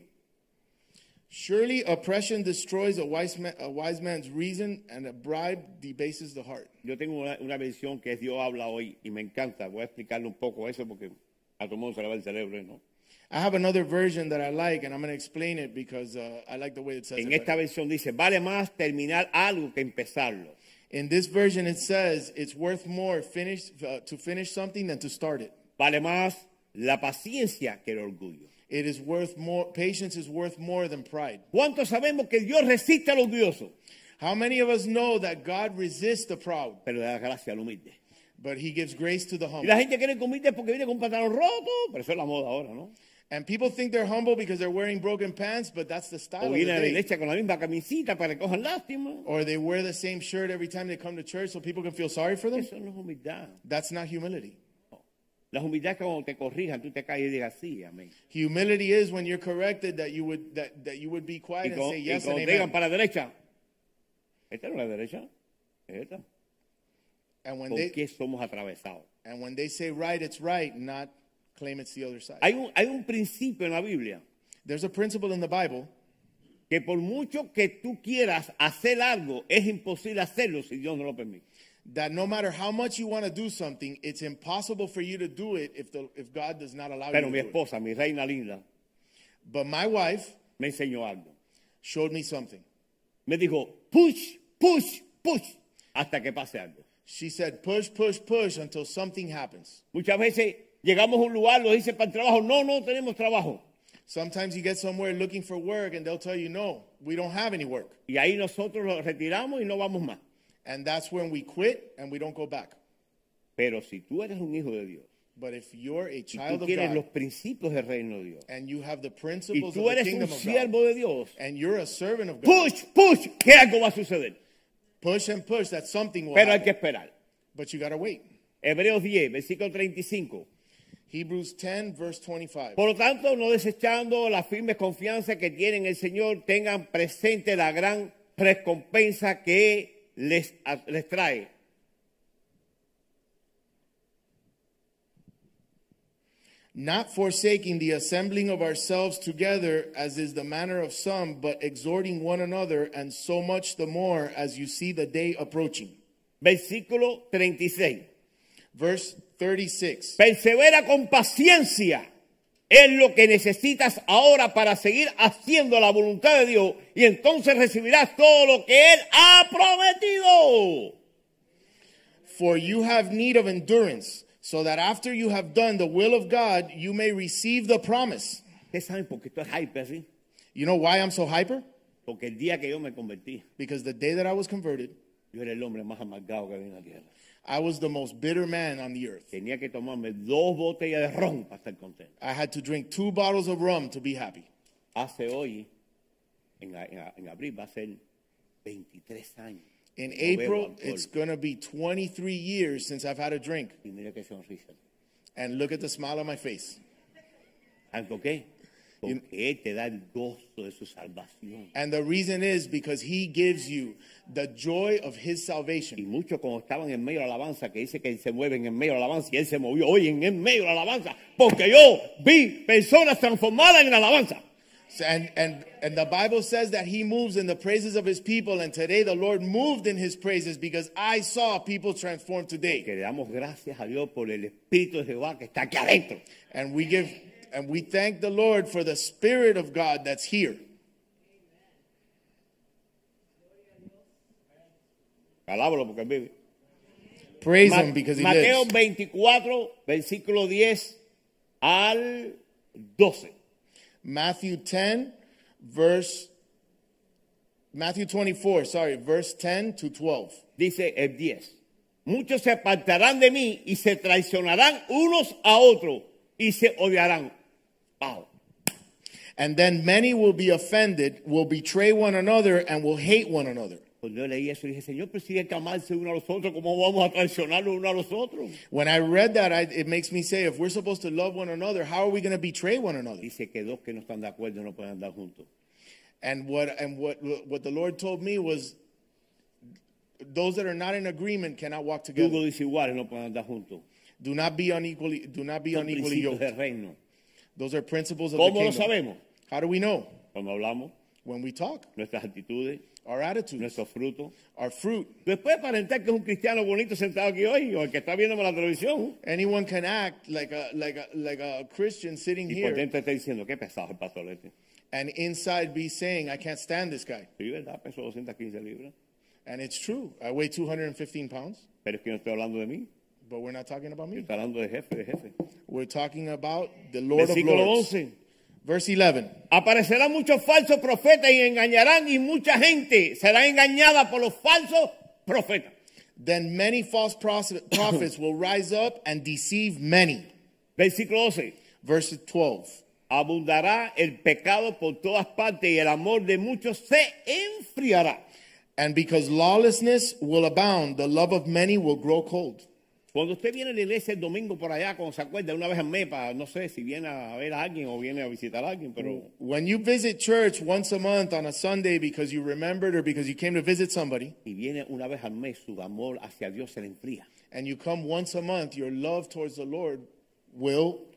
S3: surely oppression destroys a wise, ma- a wise man's reason, and a bribe debases the heart.
S2: Yo tengo una, una versión que es Dios habla hoy y me encanta, voy a explicarle un poco eso porque a todo mundo se le va el cerebro, ¿no?
S3: I have another version that I like, and I'm going to explain it because uh, I like the way it says
S2: En
S3: it.
S2: esta
S3: better.
S2: versión dice, vale más terminar algo que empezarlo.
S3: In this version, it says it's worth more finish, uh, to finish something than to start it.
S2: Vale más la paciencia que el orgullo.
S3: It is worth more. Patience is worth more than pride.
S2: ¿Cuántos sabemos que Dios resiste a los odioso,
S3: How many of us know that God resists the proud,
S2: pero le da gracia al humilde?
S3: but He gives grace to the
S2: Y
S3: humble?
S2: la gente quiere que humilde porque viene con un pantalón roto, pero eso es la moda ahora, ¿no?
S3: And people think they're humble because they're wearing broken pants, but that's the style.
S2: O
S3: Of the
S2: viene a la
S3: day.
S2: iglesia con la misma camisita para que cojan lástima.
S3: Or they wear the same shirt every time they come to church so people can feel sorry for them.
S2: Eso no es humildad.
S3: That's not humility.
S2: La humildad es que cuando te corrijan, tú te calles y digas sí, amén.
S3: Humility is when you're corrected that you would that, that you would be
S2: Y,
S3: quiet and
S2: cuando-
S3: say
S2: y
S3: yes and
S2: cuando te digan
S3: amen.
S2: para la derecha, esta no es la derecha, es esta.
S3: And when
S2: ¿Por
S3: they
S2: qué somos atravesados?
S3: and when they say right, it's right, not claim it's the other side.
S2: Hay un, hay un principio en la Biblia
S3: There's a principle in the Bible
S2: que por mucho que tú quieras hacer algo, es imposible hacerlo si Dios no lo permite.
S3: that no matter how much you want to do something, it's impossible for you to do it if the if God does not allow
S2: Pero
S3: you
S2: mi
S3: to do it.
S2: esposa, mi reina linda,
S3: But my wife
S2: me enseñó algo.
S3: showed me something.
S2: Me dijo, push, push, push, hasta que pase algo.
S3: She said, push, push, push until something happens.
S2: Muchas veces llegamos a un lugar, lo dice para el trabajo, no, no tenemos trabajo.
S3: Sometimes you get somewhere looking for work and they'll tell you, no, we don't have any work.
S2: Y ahí nosotros lo retiramos y no vamos más.
S3: And that's when we quit and we don't go back.
S2: Pero si tú eres un hijo de Dios,
S3: But if you're a
S2: y
S3: child
S2: tú
S3: of
S2: tienes los
S3: God
S2: principios del reino de Dios,
S3: and you have the
S2: y
S3: principles of
S2: tú
S3: the
S2: eres un
S3: kingdom of God
S2: siervo de Dios,
S3: and you're a servant of God,
S2: push, push, que algo va a suceder.
S3: push and push that something will
S2: Pero hay
S3: happen.
S2: que esperar.
S3: But you got to wait.
S2: Hebreos 10, versículo 35.
S3: Hebrews 10, verse 25.
S2: Por lo tanto, no desechando la firme confianza que tienen en el Señor, tengan presente la gran recompensa que les, a- les trae.
S3: Not forsaking the assembling of ourselves together, as is the manner of some, but exhorting one another, and so much the more as you see the day approaching.
S2: Versículo 36.
S3: Verse 36.
S2: Persevera con paciencia en lo que necesitas ahora para seguir haciendo la voluntad de Dios y entonces recibirás todo lo que Él ha prometido.
S3: For you have need of endurance, so that after you have done the will of God, you may receive the promise.
S2: Ustedes saben por qué estoy hype así.
S3: You know why I'm so hyper?
S2: Porque el día que yo me convertí,
S3: Because the day that I was converted,
S2: yo era el hombre más amargado que había en la tierra.
S3: I was the most bitter man on the earth.
S2: Tenía que tomarme dos botellas de ron para estar contento.
S3: I had to drink two bottles of rum to be happy.
S2: Hace hoy, en, a- en a- en abril, va a ser 23 años.
S3: In
S2: No bebo
S3: April,
S2: alcohol.
S3: it's going to be 23 years since I've had a drink.
S2: Y mira qué sonrisa.
S3: And look at the smile on my face.
S2: ¿Algo qué? Porque Él te da el gozo de su salvación.
S3: And the reason is because he gives you the joy of his
S2: Y
S3: salvation.
S2: muchos como estaban en medio de la alabanza, que dice que se mueven en medio de la alabanza, y Él se movió hoy en el medio de la alabanza, porque yo vi personas transformadas en la alabanza.
S3: So- and, and, and the Bible says that he moves in the praises of his people. And today the Lord moved in his praises because I saw people transformed
S2: Que
S3: today.
S2: le damos gracias a Dios por el Espíritu de Jehová que está aquí adentro.
S3: And we give and we thank the Lord for the Spirit of God that's here.
S2: Alábalo porque Él vive.
S3: Praise
S2: Ma-
S3: him because he
S2: Mateo
S3: lives.
S2: 24, versículo 10 al 12.
S3: Matthew 10, verse Matthew 24, sorry, verse 10 to 12.
S2: Dice el 10. Muchos se apartarán de mí y se traicionarán unos a otros y se odiarán. Wow.
S3: And then many will be offended, will betray one another, and will hate one another.
S2: Cuando yo leí eso dije, Señor, pero si hay que amarse uno a los otros, ¿cómo vamos a traicionarnos uno a los otros?
S3: When I read that, I, it makes me say, if we're supposed to love one another, how are we going to betray one another?
S2: Dice que dos que no están de acuerdo no pueden andar juntos.
S3: And what and what what the Lord told me was, those that are not in agreement cannot walk
S2: Luego
S3: together.
S2: desiguales no pueden andar juntos.
S3: Do not be unequally. Do not be
S2: Son
S3: unequally
S2: principios del
S3: yoked.
S2: reino.
S3: Those are principles of the
S2: ¿Cómo lo
S3: kingdom.
S2: sabemos?
S3: How do we know?
S2: Cuando hablamos,
S3: When we talk,
S2: nuestras actitudes,
S3: our attitudes,
S2: nuestros frutos.
S3: our fruit.
S2: Después aparentar que es un cristiano bonito sentado aquí hoy, o el que está viéndome la televisión.
S3: Anyone can act like a like a like a Christian sitting
S2: Y por
S3: here
S2: dentro está diciendo, qué pesado el pastor este.
S3: and inside be saying, I can't stand this guy.
S2: Sí, verdad, peso 215 libras.
S3: And it's true. I weigh 215 pounds,
S2: Pero es que no estoy hablando de mí,
S3: but we're not talking about
S2: yo
S3: me.
S2: estoy hablando de jefe, de jefe.
S3: We're talking about the Lord of
S2: Versículo
S3: Lords.
S2: 11.
S3: Verse 11.
S2: Aparecerán muchos falsos profetas y engañarán y mucha gente será engañada por los falsos profetas.
S3: Then many false pros- prophets will rise up and deceive many.
S2: Versículo 12.
S3: Verse 12.
S2: Abundará el pecado por todas partes y el amor de muchos se enfriará.
S3: And because lawlessness will abound, the love of many will grow cold.
S2: Cuando usted viene a la iglesia el domingo por allá, cuando se acuerda, una vez al mes, para, no sé si viene a ver a alguien o viene a visitar a alguien, pero
S3: When you visit church once a month on a Sunday because you remembered or because you came to visit somebody,
S2: y viene una vez al mes, su amor hacia Dios se le enfría.
S3: and you come once a month, your love towards the Lord will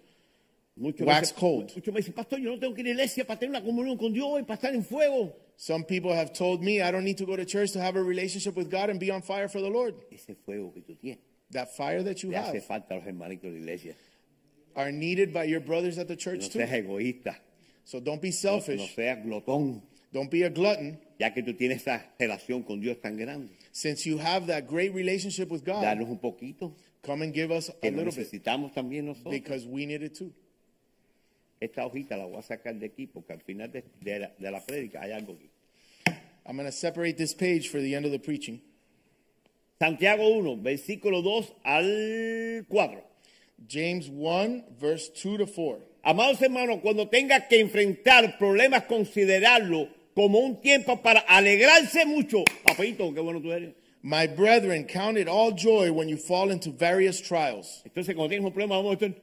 S2: Muchos
S3: Wax
S2: me,
S3: cold.
S2: Muchos me dicen, pastor, yo no tengo que ir a la iglesia para tener una comunión con Dios y para estar en fuego.
S3: Some people have told me I don't need to go to church to have a relationship with God and be on fire for the Lord.
S2: Ese fuego que tú tienes,
S3: That fire that you
S2: le hace
S3: have
S2: falta a los hermanitos de la iglesia.
S3: are needed by your brothers at the
S2: No
S3: church too.
S2: seas egoísta,
S3: So don't be
S2: no, no
S3: selfish.
S2: seas glotón,
S3: Don't be a glutton.
S2: ya que tú tienes esa relación con Dios tan grande.
S3: Since you have that great relationship with
S2: Danos
S3: God,
S2: un poquito,
S3: come and give us
S2: que
S3: a
S2: lo
S3: little bit
S2: necesitamos también nosotros.
S3: because we need it too.
S2: Esta hojita la voy a sacar de aquí porque al final de, de la, de la prédica hay algo aquí.
S3: I'm going to separate this page for the end of the preaching.
S2: Santiago 1, versículo 2 al 4.
S3: James 1, verse 2 to 4.
S2: Amados hermanos, cuando tenga que enfrentar problemas, considerarlo como un tiempo para alegrarse mucho. Papito, qué bueno tú eres.
S3: My brethren, count it all joy when you fall into various trials.
S2: Entonces, cuando tienes un problema, vamos a estar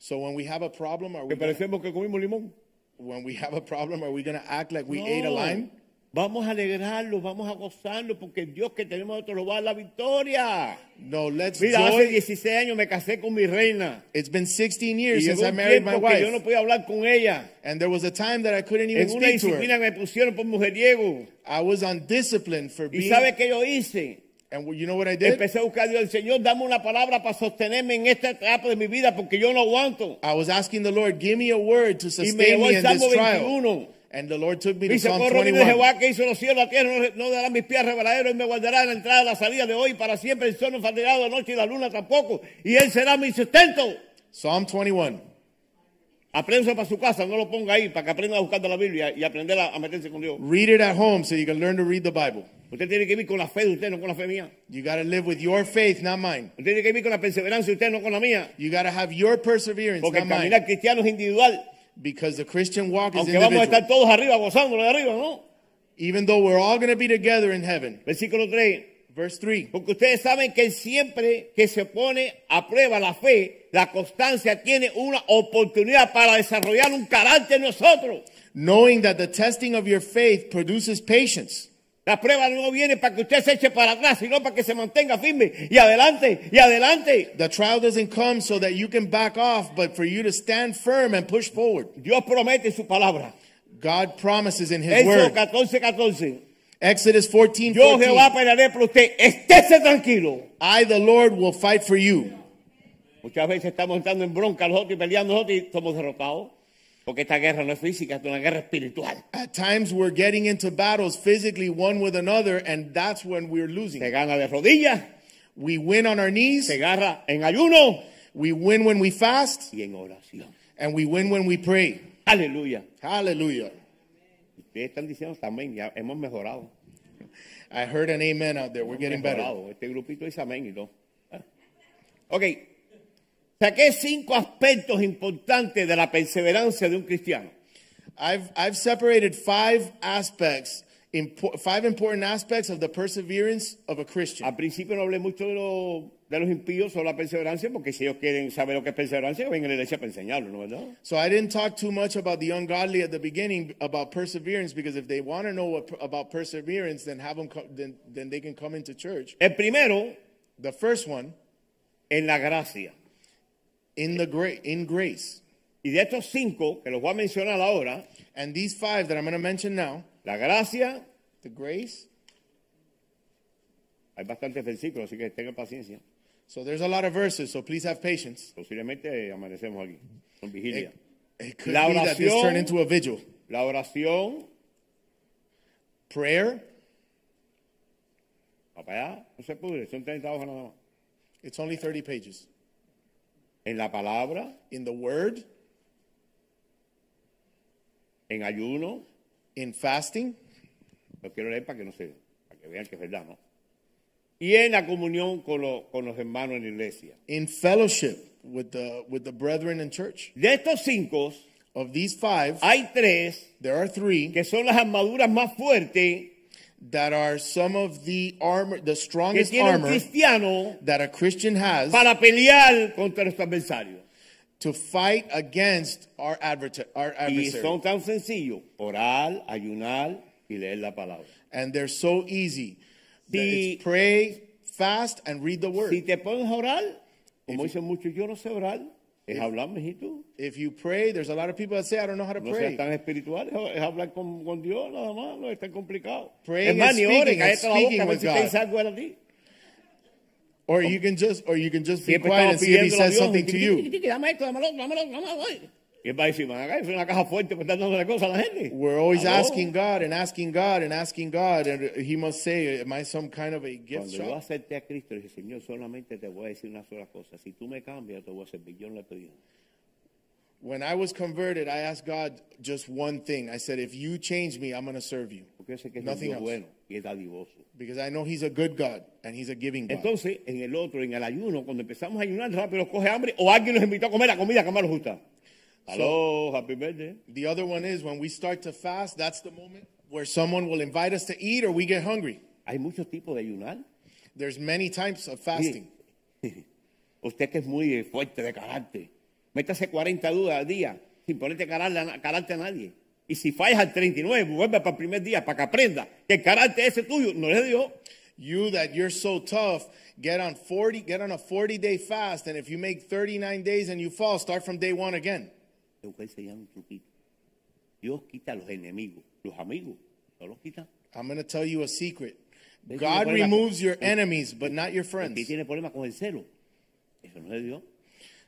S3: So when we have a problem, are we
S2: que
S3: gonna-
S2: parecemos que comimos limón.
S3: when we have a problem, are we going to act like we ate a lime?
S2: Vamos a alegrarlo, vamos a gozarlo, porque el Dios que tenemos nosotros nos va a dar la victoria.
S3: No, let's
S2: Mira, hace
S3: joy.
S2: 16 años me casé con mi reina.
S3: It's been 16
S2: Y
S3: years since
S2: llegó
S3: I
S2: un
S3: married
S2: tiempo
S3: my
S2: que
S3: wife.
S2: yo no podía hablar con ella.
S3: And there was a time that I couldn't even
S2: En una
S3: speak to her.
S2: disciplina que me pusieron por mujeriego.
S3: I was on discipline for
S2: ¿Y
S3: being.
S2: sabe qué yo hice?
S3: and you know what I did?
S2: Empecé a buscar a Dios, Señor, dame una palabra para sostenerme en esta etapa de mi vida porque yo no aguanto.
S3: I was asking the Lord, give me a word to
S2: Y me
S3: sustain
S2: llevó
S3: me
S2: el
S3: in
S2: Salmo
S3: this trial.
S2: 21.
S3: And the Lord took me to
S2: Dice,
S3: Psalm
S2: corro vive
S3: 21.
S2: Jehová que hizo los cielos, la tierra, no, no dará mis pies resbaladero, y me guardará en la entrada y la salida de hoy para siempre, el sol no fatigado de noche y la luna tampoco, y él será mi sustento.
S3: Psalm 21.
S2: Aprenda para su casa, no lo ponga ahí, para que aprenda a buscar de la Biblia y aprender a, a meterse con Dios.
S3: Read it at home so you can learn to read the Bible.
S2: Usted tiene que vivir con la fe de usted, no con la fe mía.
S3: You got to live with your faith, not mine.
S2: Usted tiene que vivir con la perseverancia de usted, no con la mía.
S3: You got to have your perseverance,
S2: Porque
S3: not
S2: el
S3: mine.
S2: caminar cristiano es individual,
S3: Because the Christian walk is
S2: aunque vamos a
S3: individual.
S2: estar todos arriba, gozándolo de arriba, ¿no?
S3: Even though we're all going to be together in heaven.
S2: Versículo 3.
S3: Verse 3.
S2: Porque ustedes saben que siempre que se pone a prueba la fe, la constancia tiene una oportunidad para desarrollar un carácter en nosotros.
S3: Knowing that the testing of your faith produces patience.
S2: La prueba no viene para que usted se eche para atrás, sino para que se mantenga firme y adelante y adelante.
S3: The trial doesn't come so that you can back off, but for you to stand firm and push forward.
S2: Dios promete en su palabra.
S3: God promises in His
S2: Eso
S3: Word.
S2: 14, 14.
S3: Exodus 14,
S2: Yo Jehová
S3: 14.
S2: pelearé por usted. Estése tranquilo.
S3: I, the Lord, will fight for you.
S2: Muchas veces estamos entrando en bronca los otros y peleando los otros y somos derrotados. Porque esta guerra no es física, es una guerra espiritual.
S3: At times we're getting into battles physically one with another, and that's when we're
S2: Se
S3: losing.
S2: gana de rodillas,
S3: We win on our knees,
S2: se gana en ayuno
S3: we win when we fast,
S2: y en oración.
S3: and we win when we pray.
S2: Aleluya.
S3: Hallelujah.
S2: Ustedes están diciendo amén, ya hemos mejorado.
S3: I heard an amen out there. We're getting better.
S2: Mejorado. Este grupito dice amén y no. Ok. Saqué cinco aspectos importantes de la perseverancia de un cristiano.
S3: I've, I've separated five aspects, impo- five important aspects of the perseverance of a Christian.
S2: Al principio no hablé mucho de, los- de los impíos o la perseverancia, porque si ellos quieren saber lo que es perseverancia, que vengan a la iglesia para enseñarlo, ¿no verdad?
S3: So I didn't talk too much about the ungodly at the beginning about perseverance because if they want to know what, about perseverance, then have them co- then, then they can come into church.
S2: El primero,
S3: The first one
S2: en la gracia.
S3: in the gra- in grace.
S2: Y de estos cinco, que los voy a mencionar ahora,
S3: And these five that I'm going to mention now,
S2: la gracia,
S3: the grace.
S2: hay bastantes versículos, así que tengan paciencia.
S3: So there's a lot of verses, so please have patience.
S2: Posiblemente amanecemos aquí, con vigilia.
S3: It, it could
S2: La
S3: be that this
S2: oración.
S3: turned into a vigil.
S2: La oración,
S3: Prayer,
S2: papá, ya no se pudre, son 30 hojas nada más.
S3: it's only 30 pages.
S2: En la palabra,
S3: In the word,
S2: en ayuno,
S3: in fasting,
S2: lo quiero leer para que no se, para que vean que es verdad, ¿no? Y en la comunión con, lo- con los hermanos en la iglesia.
S3: in fellowship with the with the brethren in church.
S2: De estos cinco,
S3: Of these five,
S2: hay tres
S3: there are three
S2: que son las armaduras más fuertes
S3: that are some of the armor, the
S2: que
S3: strongest
S2: tiene un
S3: armor
S2: cristiano
S3: that a Christian has
S2: para pelear contra nuestro adversario.
S3: to fight against our, adverti- our
S2: Y
S3: adversary.
S2: son tan sencillos, orar, ayunar y leer la palabra.
S3: and they're so easy. That
S2: The-
S3: it's pray, fast, and read the word.
S2: Si te pones a orar, como dicen muchos, yo no sé orar, es hablar, mijito.
S3: If you pray, there's a lot of people that say, I don't know how to
S2: No seas
S3: pray.
S2: tan espiritual, es- es hablar con, con Dios nada más, no es tan complicado.
S3: Praying
S2: es más,
S3: and
S2: ni ores,
S3: speaking and
S2: cállate la boca, a ver
S3: speaking
S2: si
S3: with
S2: te
S3: God.
S2: dice algo a ti.
S3: Or you can just or you can just be
S2: Siempre estamos
S3: quiet and see if he
S2: pidiendo a
S3: says
S2: Dios,
S3: something to
S2: tiqui, tiqui,
S3: you.
S2: tiqui, dame esto, dámelo, dámelo, dámelo. ay. Y él va a decir, man, acá es una caja fuerte para estar dando la cosa a la gente.
S3: We're always
S2: Aló.
S3: asking God and asking God and asking God, and he must say, Am I some kind of a gift
S2: Cuando yo
S3: shop?
S2: acepté a Cristo, le dije, Señor, solamente te voy a decir una sola cosa. Si tú me cambias, te voy a servir. Yo no le estoy diciendo.
S3: When I was converted, I asked God just one thing. I said, If you change me, I'm gonna serve you.
S2: Porque yo sé que es un
S3: Nothing
S2: Dios
S3: else.
S2: bueno y es dadivoso.
S3: Because I know he's a good God and he's a giving God.
S2: Entonces, en el otro, en el ayuno, cuando empezamos a ayunar, rápido nos coge hambre o alguien nos invitó a comer la comida que más nos gusta. Aló, happy birthday.
S3: The other one is when we start to fast, that's the moment where someone will invite us to eat or we get hungry.
S2: Hay muchos tipos de ayunar.
S3: There's many types of
S2: Mire,
S3: fasting.
S2: Usted que es muy fuerte de carácter, métase 40 dudas al día sin ponerte carácter, carácter a nadie. Y si fallas al 39, vuelve para el primer día para que aprenda que el carácter ese tuyo no es de Dios.
S3: You that you're so tough, get on 40, get on a 40 day fast, and if you make 39 days and you fall, start from day one again.
S2: Te voy a enseñar un truquito. Dios quita a los enemigos, los amigos, no los quita.
S3: I'm gonna tell you a secret.
S2: Ven,
S3: God
S2: ven, ven,
S3: removes your
S2: ven.
S3: enemies, but not your
S2: El que
S3: friends.
S2: tiene problemas con el celo, eso no es de Dios.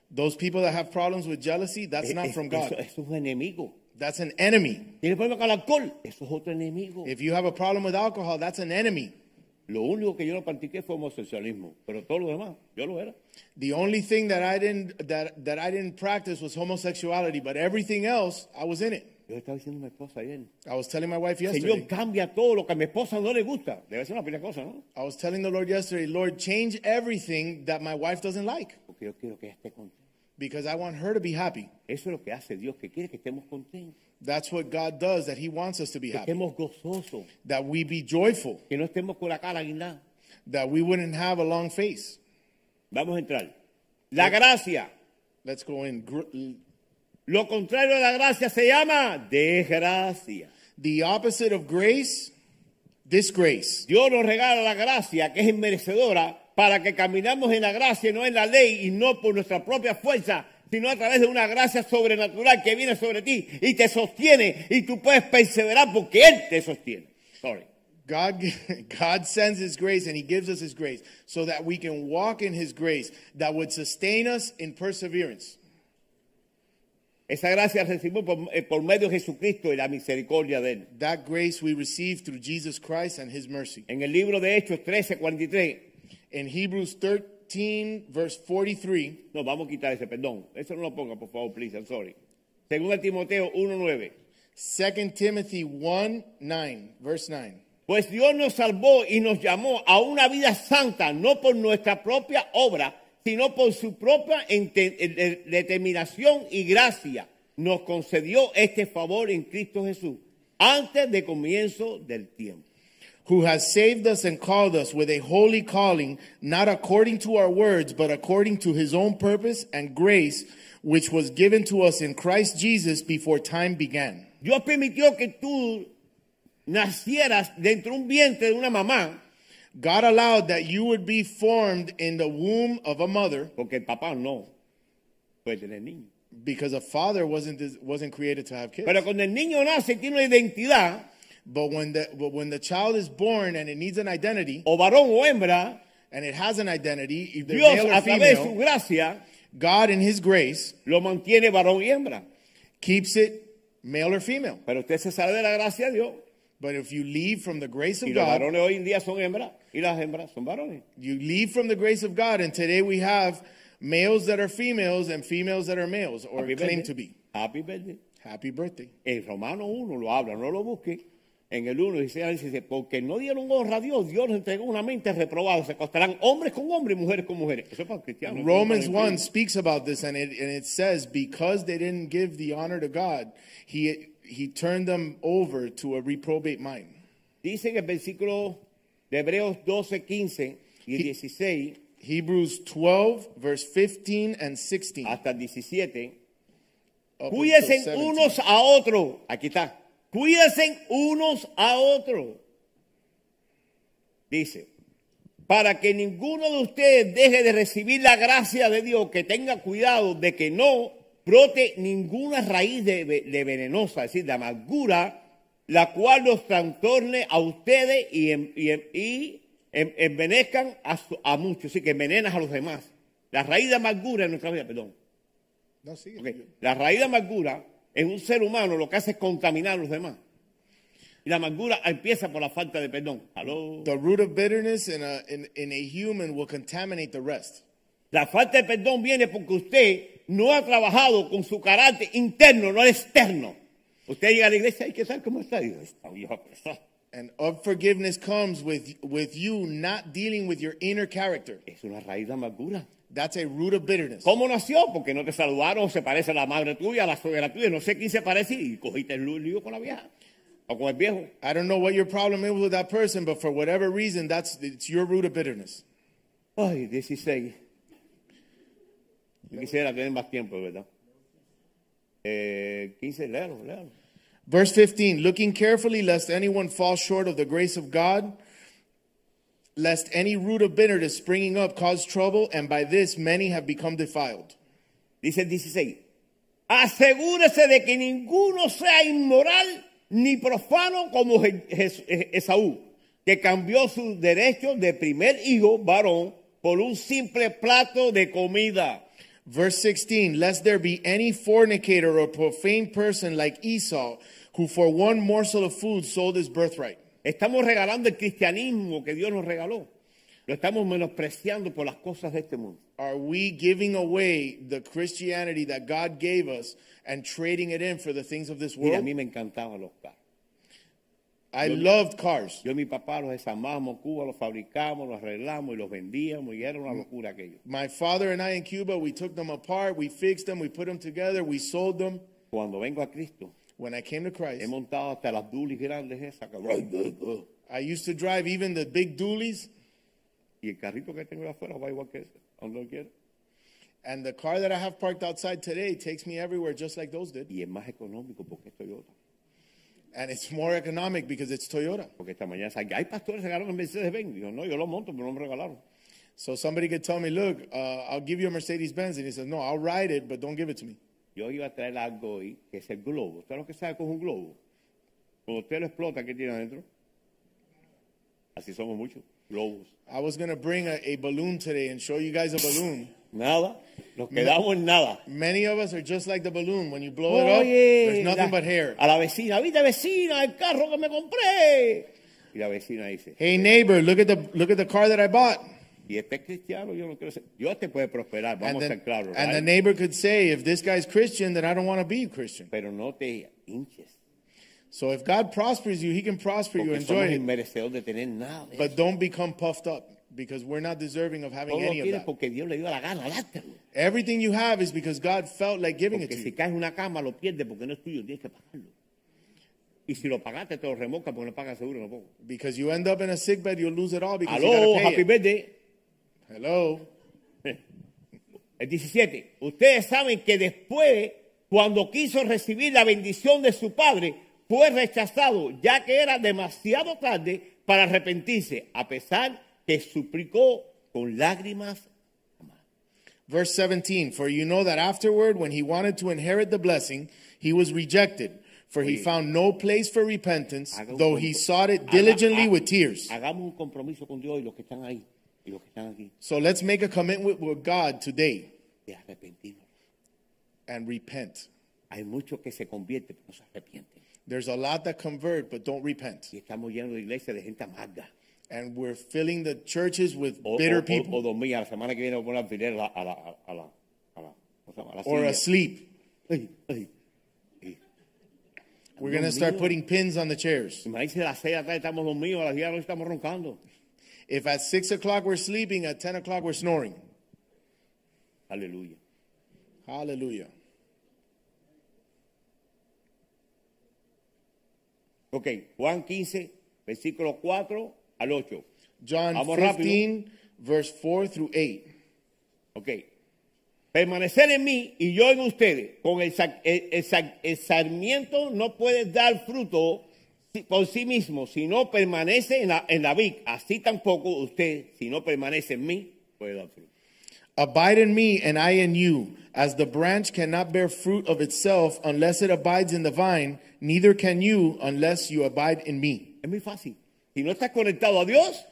S3: Those people that have problems with jealousy, that's
S2: Eh,
S3: not
S2: eh,
S3: from
S2: Eso,
S3: God.
S2: eso es un enemigo.
S3: That's an enemy.
S2: Tiene problema con el alcohol, eso es otro enemigo.
S3: If you have a problem with alcohol, that's an enemy.
S2: Lo único que yo no practiqué fue homosexualismo, pero todo lo demás, yo lo era.
S3: The only thing that I didn't that, that I didn't practice was homosexuality, but everything else, I was in it.
S2: Yo le estaba diciendo a mi esposa ayer,
S3: I was telling my wife
S2: Señor,
S3: yesterday.
S2: cambia todo lo que a mi esposa no le gusta. Debe ser una primera cosa, ¿no?
S3: I was telling the Lord yesterday, Lord, change everything that my wife doesn't like
S2: Porque yo quiero que ella esté contenta.
S3: because I want her to be happy.
S2: Eso es lo que hace Dios, que quiere que estemos contentos,
S3: That's what God does, that He wants us to be
S2: que
S3: happy,
S2: estemos gozosos,
S3: that we be joyful,
S2: que no estemos con la cara guindada.
S3: that we wouldn't have a long face.
S2: Vamos a entrar. La gracia.
S3: Let's go in. Gr-
S2: Lo contrario de la gracia se llama desgracia.
S3: The opposite of grace, disgrace.
S2: Dios nos regala la gracia que es merecedora para que caminamos en la gracia, no en la ley y no por nuestra propia fuerza, sino a través de una gracia sobrenatural que viene sobre ti y te sostiene y tú puedes perseverar porque Él te sostiene. Sorry.
S3: God, God sends His grace and He gives us His grace so that we can walk in His grace that would sustain us in perseverance.
S2: Esa gracia recibimos por, eh, por medio de Jesucristo y la misericordia de Él.
S3: That grace we receive through Jesus Christ and His mercy.
S2: En el libro de Hechos 13, 43,
S3: In Hebrews 13, verse 43,
S2: no, vamos a quitar ese, perdón. Eso no lo ponga, por favor, please, I'm sorry. Según el Timoteo 1.9.
S3: 2 Timothy 1 9, verse 9.
S2: Pues Dios nos salvó y nos llamó a una vida santa, no por nuestra propia obra, sino por su propia ente- eh, de- determinación y gracia. Nos concedió este favor en Cristo Jesús antes de comienzo del tiempo.
S3: who has saved us and called us with a holy calling, not according to our words, but according to his own purpose and grace, which was given to us in Christ Jesus before time began.
S2: Dios permitió que tú nacieras dentro de un vientre de una mamá,
S3: God allowed that you would be formed in the womb of a mother
S2: porque el papá no puede tener niño.
S3: because a father wasn't this, wasn't created to have kids. uh,
S2: Pero cuando el niño nace y tiene una identidad,
S3: But when the but when the child is born and it needs an identity
S2: o varón o hembra,
S3: and it has an identity, either
S2: Dios
S3: male or
S2: a través de su
S3: female,
S2: gracia
S3: God in his grace
S2: lo mantiene varón y hembra.
S3: keeps it male or female.
S2: Pero usted se sale de la gracia de Dios.
S3: But if you leave from the grace
S2: Y
S3: of
S2: los
S3: God,
S2: varones hoy en día son hembras y las hembras son varones.
S3: You leave from the grace of God, and today we have males that are females and females that are males, or
S2: Happy
S3: claim
S2: birthday.
S3: to be.
S2: Happy birthday.
S3: Happy birthday.
S2: En Romano 1 lo habla, no lo busque. En el 1 dice, dice, porque no dieron honra a Dios, Dios les entregó una mente reprobada. Se acostarán hombres con hombres y mujeres con mujeres. Eso es para cristianos.
S3: Romans
S2: Eso es para
S3: 1
S2: los cristianos.
S3: speaks about this, and it, and it says, Because they didn't give the honor to God, he, he turned them over to a reprobate mind.
S2: Dice en el versículo de Hebreos 12, 15 y 16
S3: Hebrews 12, verse 15 and 16. up
S2: hasta el 17.
S3: until
S2: Cuídense
S3: 17.
S2: unos a otros. Aquí está. Cuídense unos a otros. Dice, para que ninguno de ustedes deje de recibir la gracia de Dios, que tenga cuidado de que no brote ninguna raíz de, ve- de venenosa, es decir, de amargura, la cual los trastorne a ustedes y, en- y en- y en- envenezcan a, su- a muchos, así que envenenas a los demás. La raíz de amargura en nuestra vida, perdón.
S3: No, sigue.
S2: Ok, La raíz de amargura en un ser humano lo que hace es contaminar a los demás. Y la amargura empieza por la falta de perdón. Aló.
S3: The root of bitterness in a, in, in a human will contaminate the rest.
S2: La falta de perdón viene porque usted no ha trabajado con su carácter interno, no externo. Usted llega a la iglesia y ¿qué tal? ¿Cómo está? Y yo, está viejo pesado.
S3: And unforgiveness comes with with you not dealing with your inner character.
S2: Es una raíz de amargura.
S3: That's a root of bitterness.
S2: ¿Cómo nació? Porque no te saludaron, se parece a la madre tuya, a la suegra tuya, no sé quién se parece y cogiste el lío con la vieja o con el viejo.
S3: I don't know what your problem is with that person, but for whatever reason, that's it's your root of bitterness.
S2: Ay, 16. Yo quisiera tener más tiempo, ¿verdad? Eh, 15, léalo, léalo.
S3: Verse 15, looking carefully lest anyone fall short of the grace of God, lest any root of bitterness springing up cause trouble, and by this many have become defiled.
S2: Dice el 16. Asegúrese de que ninguno sea inmoral ni profano como Je- Je- Je- Esaú, que cambió sus derechos de primer hijo varón por un simple plato de comida.
S3: Verse 16, lest there be any fornicator or profane person like Esau, who for one morsel of food sold his birthright.
S2: Estamos regalando el cristianismo que Dios nos regaló. Lo estamos menospreciando por las cosas de este mundo.
S3: Are we giving away the Christianity that God gave us and trading it in for the things of this
S2: Mira, a
S3: world?
S2: mí me encantaban los carros.
S3: I loved cars.
S2: Yo y mi papá los desarmamos en Cuba, los fabricamos, los arreglamos y los vendíamos y era una locura aquello.
S3: My father and I in Cuba, we took them apart, we fixed them, we put them together, we sold them.
S2: Cuando vengo a Cristo,
S3: When I came to
S2: he
S3: Christ,
S2: montado hasta las dulis grandes esas. que-
S3: I used to drive even the big dualies.
S2: Y el carrito que tengo ahí afuera va igual que ese, a donde lo quiera.
S3: And the car that I have parked outside today takes me everywhere just like those did.
S2: Y es más económico porque es Toyota.
S3: And it's more economic because it's Toyota.
S2: Porque esta mañana salí, ay, pastores, regalaron el Mercedes Benz. Digo, no, yo lo monto, pero no me regalaron.
S3: So somebody could tell me, look, uh, I'll give you a Mercedes Benz. And he says, no, I'll ride it, but don't give it to me.
S2: Yo iba a traer algo hoy, que es el globo. ¿Usted lo que sabe con un globo? Cuando usted lo explota, ¿qué tiene adentro? Así somos muchos, globos.
S3: I was going to bring a, a balloon today and show you guys a balloon.
S2: Nada, nos quedamos en nada.
S3: Many of us are just like the balloon. When you blow it up,
S2: Oye,
S3: there's nothing
S2: la-
S3: but hair.
S2: a la vecina, viste vecina, el carro que me compré. Y la vecina dice,
S3: Hey neighbor, look at the look at the car that I bought.
S2: y este es cristiano, yo no quiero ser. Dios te puede prosperar, vamos
S3: and,
S2: a ser
S3: the,
S2: claros.
S3: and the
S2: right?
S3: neighbor could say, if this guy's Christian, then I don't want to be Christian.
S2: Pero no te hinches.
S3: So if God prospers you, he can prosper you.
S2: Porque
S3: Enjoy
S2: somos
S3: it.
S2: inmerecedores de tener nada. de
S3: But
S2: eso.
S3: don't become puffed up because we're not deserving of having
S2: Todo lo
S3: any
S2: tienes
S3: of that.
S2: porque Dios le dio la gana, dártelo.
S3: Everything you have is because God felt like giving it
S2: Porque
S3: to
S2: si
S3: you.
S2: caes en una cama lo pierdes porque no es tuyo, tienes que pagarlo. Y si lo pagaste te lo remolca porque no pagas seguro tampoco.
S3: Because you end up in a sick bed, you'll lose it all because you
S2: Aló,
S3: gotta pay
S2: happy
S3: it.
S2: birthday.
S3: Hello.
S2: El 17. Ustedes saben que después, cuando quiso recibir la bendición de su padre, fue rechazado, ya que era demasiado tarde para arrepentirse, a pesar que suplicó con lágrimas.
S3: Verse 17, for you know that afterward, when he wanted to inherit the blessing, he was rejected, for he
S2: Oye.
S3: found no place for repentance,
S2: Haga un
S3: though he
S2: compro-
S3: sought it
S2: haga-
S3: diligently
S2: ha-
S3: with tears.
S2: Hagamos un compromiso con Dios y los que están ahí y los que están aquí
S3: So let's make a commitment with- with God today
S2: de arrepentirnos.
S3: and repent.
S2: Hay muchos que se convierten, pero no se arrepienten.
S3: There's a lot that convert but don't repent.
S2: Y estamos llenos de iglesias de gente amarga.
S3: And we're filling the churches with
S2: O,
S3: bitter
S2: o- o-
S3: people
S2: o dormir. La semana que viene voy a poner alfiler a la, a la, a la, a la- ¿cómo se llama? A la
S3: or
S2: silla.
S3: asleep.
S2: Ay, ay, ay.
S3: We're
S2: Dios
S3: going to start
S2: mío.
S3: putting pins on the chairs.
S2: Me dice a las seis de la tarde estamos los míos, a las diez de la noche estamos roncando.
S3: If at 6 o'clock we're sleeping, at 10 o'clock we're snoring.
S2: Aleluya.
S3: Hallelujah.
S2: Ok, Juan 15, versículo 4 al 8.
S3: John
S2: Vamos rápido.
S3: 15, verse 4 through 8.
S2: Ok. Permanecer en mí y yo en ustedes. Con el, sa- el- el sa- el sarmiento no puede dar fruto si- por sí mismo, si no permanece en la, en la vid. Así tampoco usted, si no permanece en mí, puede dar fruto.
S3: Abide in me, and I in you. As the branch cannot bear fruit of itself unless it abides in the vine, neither can you unless you abide in me.
S2: Es muy fácil. Si no estás conectado a Dios,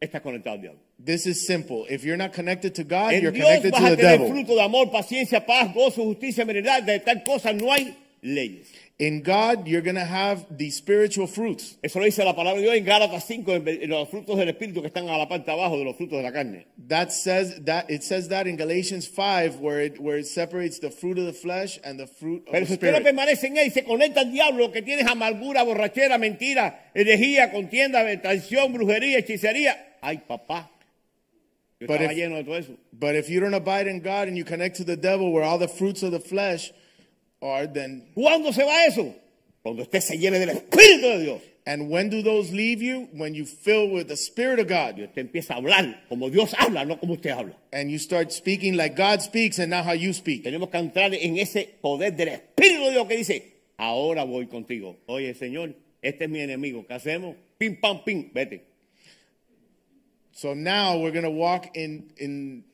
S2: estás conectado al diablo.
S3: This is simple. If you're not connected to God,
S2: En
S3: you're
S2: Dios
S3: connected
S2: vas
S3: to
S2: a
S3: the
S2: tener
S3: devil.
S2: fruto de amor, paciencia, paz, gozo, justicia, meridad. De tal cosa no hay leyes.
S3: In God, you're going to have the spiritual fruits.
S2: Eso lo dice la palabra de Dios en Gálatas 5, en ve- en los frutos del Espíritu que están a la parte de abajo de los frutos de la carne.
S3: That says that it says that in Galatians 5 where it where it separates the fruit of the flesh and the fruit of
S2: Pero si
S3: the
S2: usted no
S3: spirit.
S2: permanece en él y se conecta al diablo, que tienes amargura, borrachera, mentira, herejía, contienda, traición, brujería, hechicería. Ay, papá. Yo
S3: But
S2: estaba
S3: if-
S2: lleno de todo eso.
S3: But if you don't abide in God and you connect to the devil where all the fruits of the flesh are then
S2: ¿Cuándo se va eso? Cuando usted se llene del Espíritu de Dios.
S3: and when do those leave you? When you fill with the spirit of
S2: Y
S3: God
S2: usted empieza a hablar como Dios habla, no como usted habla.
S3: and you start speaking like God speaks and not how you speak.
S2: Tenemos que entrar en ese poder del Espíritu de Dios que dice, ahora voy contigo. Oye, Señor, este es mi enemigo. ¿Qué hacemos? Pim, pam, pim, vete.
S3: So now we're going to walk in in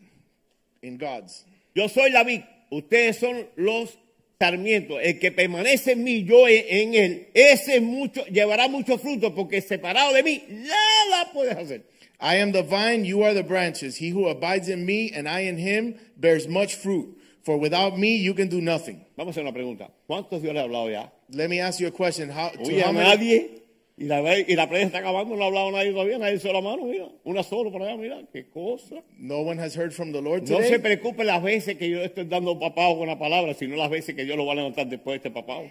S3: in God's.
S2: Yo soy la vid, ustedes son los sarmientos. El que permanece en mí, yo e- en él, ese mucho, llevará mucho fruto, porque separado de mí, nada puedes hacer.
S3: I am the vine, you are the branches. He who abides in me and I in him bears much fruit. For without me, you can do nothing.
S2: Vamos a hacer una pregunta. ¿Cuántos Dios le ha hablado ya?
S3: Let me ask you a question. How, to
S2: Oye,
S3: how
S2: a
S3: many,
S2: nadie. Y la, ve- y la prensa está acabando, no ha hablado nadie todavía, nadie hizo la mano, mira. Una sola por allá, mira, qué cosa.
S3: no one has heard from the Lord
S2: No se
S3: today.
S2: preocupe las veces que yo estoy dando papado con la palabra, sino las veces que yo lo va a levantar después de este papado.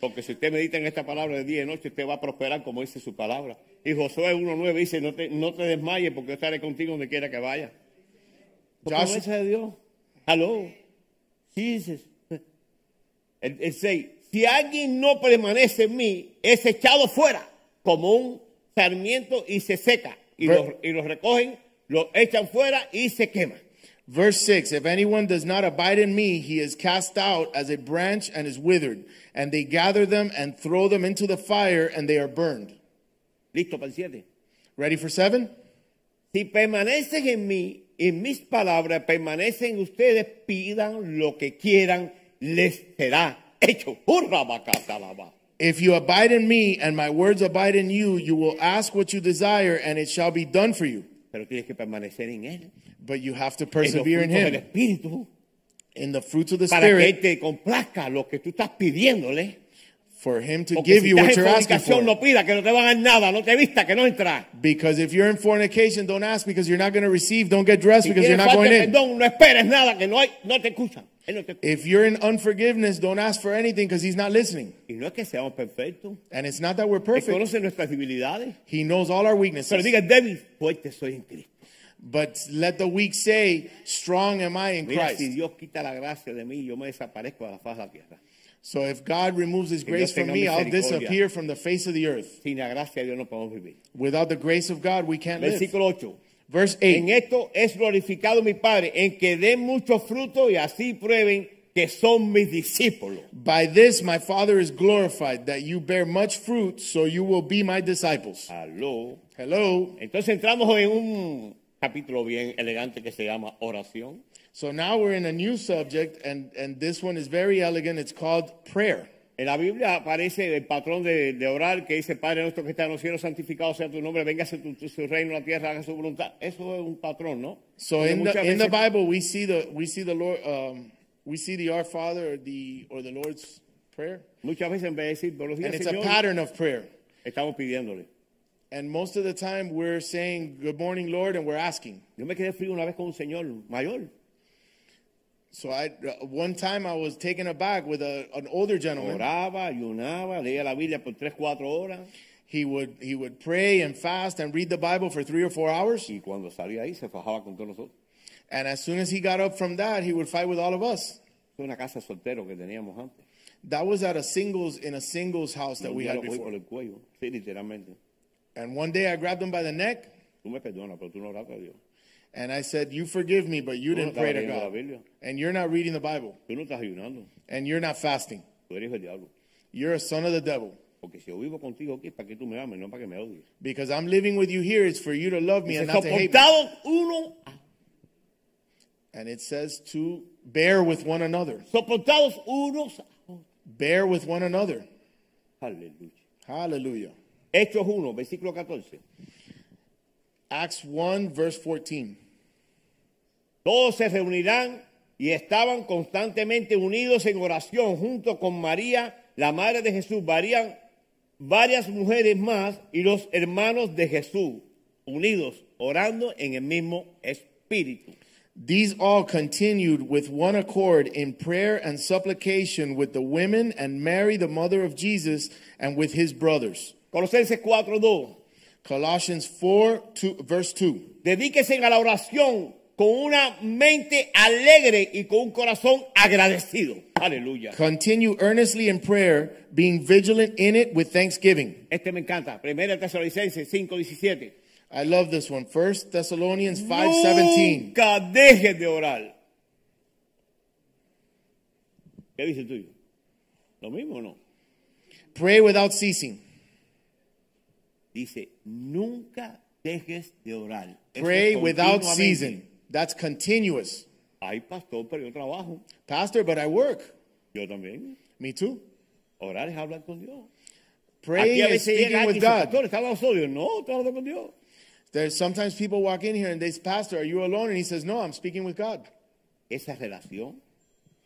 S2: Porque si usted medita en esta palabra de día y noche, usted va a prosperar como dice su palabra. Y Josué 1.9 dice, no te, no te desmayes porque yo estaré contigo donde quiera que vaya. Por
S3: Joshua-
S2: promesa de Dios. Aló. Jesus. El, el 6. Si alguien no permanece en mí, es echado fuera como un sarmiento y se seca. y,
S3: Ver-
S2: los, y los recogen, los echan fuera y se queman.
S3: Verse 6 If anyone does not abide in me, he is cast out as a branch and is withered, and they gather them and throw them into the fire, and they are burned.
S2: Listo para el 7.
S3: Ready for 7?
S2: Si permanecen en mí y mis palabras permanecen ustedes, pidan lo que quieran, les será hecho. ¡Hurra, bacatalaba!
S3: If you abide in me, and my words abide in you, you will ask what you desire, and it shall be done for you.
S2: Pero tienes que permanecer en él.
S3: But you have to
S2: En los
S3: persevere in
S2: frutos del
S3: him,
S2: Espíritu.
S3: in the fruits of the
S2: Para que Él
S3: Spirit,
S2: te complazca lo que tú estás pidiéndole.
S3: for him to
S2: Porque
S3: give
S2: si
S3: you
S2: estás
S3: what
S2: en
S3: you're asking
S2: fornicación,
S3: for.
S2: no pida, que no te van a dar nada, no te vista, que no entras.
S3: Because if you're in fornication, don't ask because you're not going to receive. Don't get dressed
S2: Si
S3: because you're
S2: quieres
S3: not
S2: falta
S3: going
S2: de
S3: in.
S2: perdón, no esperes nada, que no hay, no te escuchan. Él no te escucha.
S3: If you're in unforgiveness, don't ask for anything because he's not listening.
S2: Y no es que seamos perfectos.
S3: And it's not that we're
S2: Él
S3: perfect.
S2: conoce nuestras debilidades.
S3: He knows all our
S2: Pero
S3: weaknesses.
S2: diga, débil, fuerte soy en Cristo.
S3: But let the weak say, Strong am I in
S2: Mira, si
S3: Christ.
S2: Dios quita la gracia de mí, yo me desaparezco de la faz de la tierra.
S3: So if God removes his
S2: Dios
S3: grace from
S2: tenga
S3: me, I'll
S2: misericordia.
S3: disappear from the face of the earth.
S2: Sin la gracia de Dios no podemos vivir.
S3: Without the grace of God, we can't live.
S2: Versículo 8.
S3: Verse
S2: En
S3: 8
S2: esto es glorificado mi Padre, en que den mucho fruto y así prueben que son mis discípulos.
S3: By this my Father is glorified, that you bear much fruit, so you will be my disciples.
S2: Aló.
S3: Hello.
S2: Entonces entramos en un capítulo bien elegante que se llama oración.
S3: So now we're in a new subject, and, and this one is very elegant. It's called prayer.
S2: En la Biblia aparece el patrón de, de orar que dice, Padre nuestro que está en los cielos, santificado sea tu nombre, véngase tu, tu- su reino en la tierra, haga su voluntad. Eso es un patrón, ¿no?
S3: So
S2: Porque
S3: in
S2: muchas
S3: the in the
S2: veces-
S3: Bible we see the we see the Lord um, we see the Our Father or the or the Lord's prayer,
S2: Muchas veces en vez de decir, buenos días,
S3: and it's a
S2: Señor,
S3: pattern of prayer.
S2: estamos pidiéndole.
S3: And most of the time we're saying Good morning, Lord, and we're asking.
S2: Yo me quedé frío una vez con un señor mayor.
S3: So I uh, one time I was taken aback with a, an older gentleman.
S2: Oraba, ayunaba, leía la Biblia por tres, cuatro horas.
S3: He would he would pray and fast and read the Bible for three or four hours.
S2: Y cuando salía ahí se fajaba con todos nosotros.
S3: And as soon as he got up from that, he would fight with all of us.
S2: Fue una casa soltero que teníamos antes.
S3: That was at a singles in a singles house that
S2: Un
S3: we
S2: día
S3: had
S2: lo cogí por
S3: before.
S2: el cuello. Sí, literalmente.
S3: And one day I grabbed him by the neck
S2: Tú me perdonas, pero tú no oraste a Dios.
S3: and I said, "You forgive me, but you
S2: Tú no
S3: didn't pray
S2: estabas
S3: to
S2: leyendo la
S3: God."
S2: Biblia.
S3: and you're not reading the Bible
S2: Tú no estás ayunando.
S3: and you're not fasting.
S2: Tú eres el diablo.
S3: You're a son of the devil.
S2: Porque si yo vivo contigo aquí, para que tú me ames, no para que me odies.
S3: Because I'm living with you here, it's for you to love me
S2: Dice,
S3: and not to hate me.
S2: soportado uno, a-
S3: And it says to bear with one another.
S2: soportados unos. a-
S3: Bear with one another.
S2: Aleluya.
S3: Hallelujah.
S2: Hechos 1, versículo 14.
S3: Acts 1, verse 14.
S2: Todos se reunirán y estaban constantemente unidos en oración junto con María, la madre de Jesús, varían varias mujeres más y los hermanos de Jesús, unidos, orando en el mismo espíritu.
S3: These all continued with one accord in prayer and supplication with the women and Mary, the mother of Jesus, and with his brothers.
S2: Colosenses 4:2.
S3: Colossians 4, 2, verse 2.
S2: Dedíquense a la oración con una mente alegre y con un corazón agradecido. Aleluya.
S3: Continue earnestly in prayer, being vigilant in it with thanksgiving.
S2: Este me encanta. Primera Tesalonicenses 5:17.
S3: I love this one. First Thessalonians 5:17.
S2: Nunca dejes de orar. ¿Qué dice el tuyo? ¿Lo mismo o no?
S3: Pray without ceasing.
S2: Dice, nunca dejes de orar. Eso
S3: Pray
S2: es
S3: without
S2: continuamente.
S3: ceasing. That's continuous.
S2: Ay, pastor, pero yo trabajo.
S3: Pastor, but I work.
S2: Yo también.
S3: Me too.
S2: Orar es hablar con Dios. Aquí
S3: Praying
S2: a
S3: and
S2: veces llega
S3: speaking
S2: alguien y
S3: with
S2: dice, pastor,
S3: God.
S2: ¿estás hablando solo? Yo, No, estoy hablando con Dios.
S3: There's sometimes people walk in here and they say, Pastor, are you alone? And he says, No, I'm speaking with God.
S2: Esa relación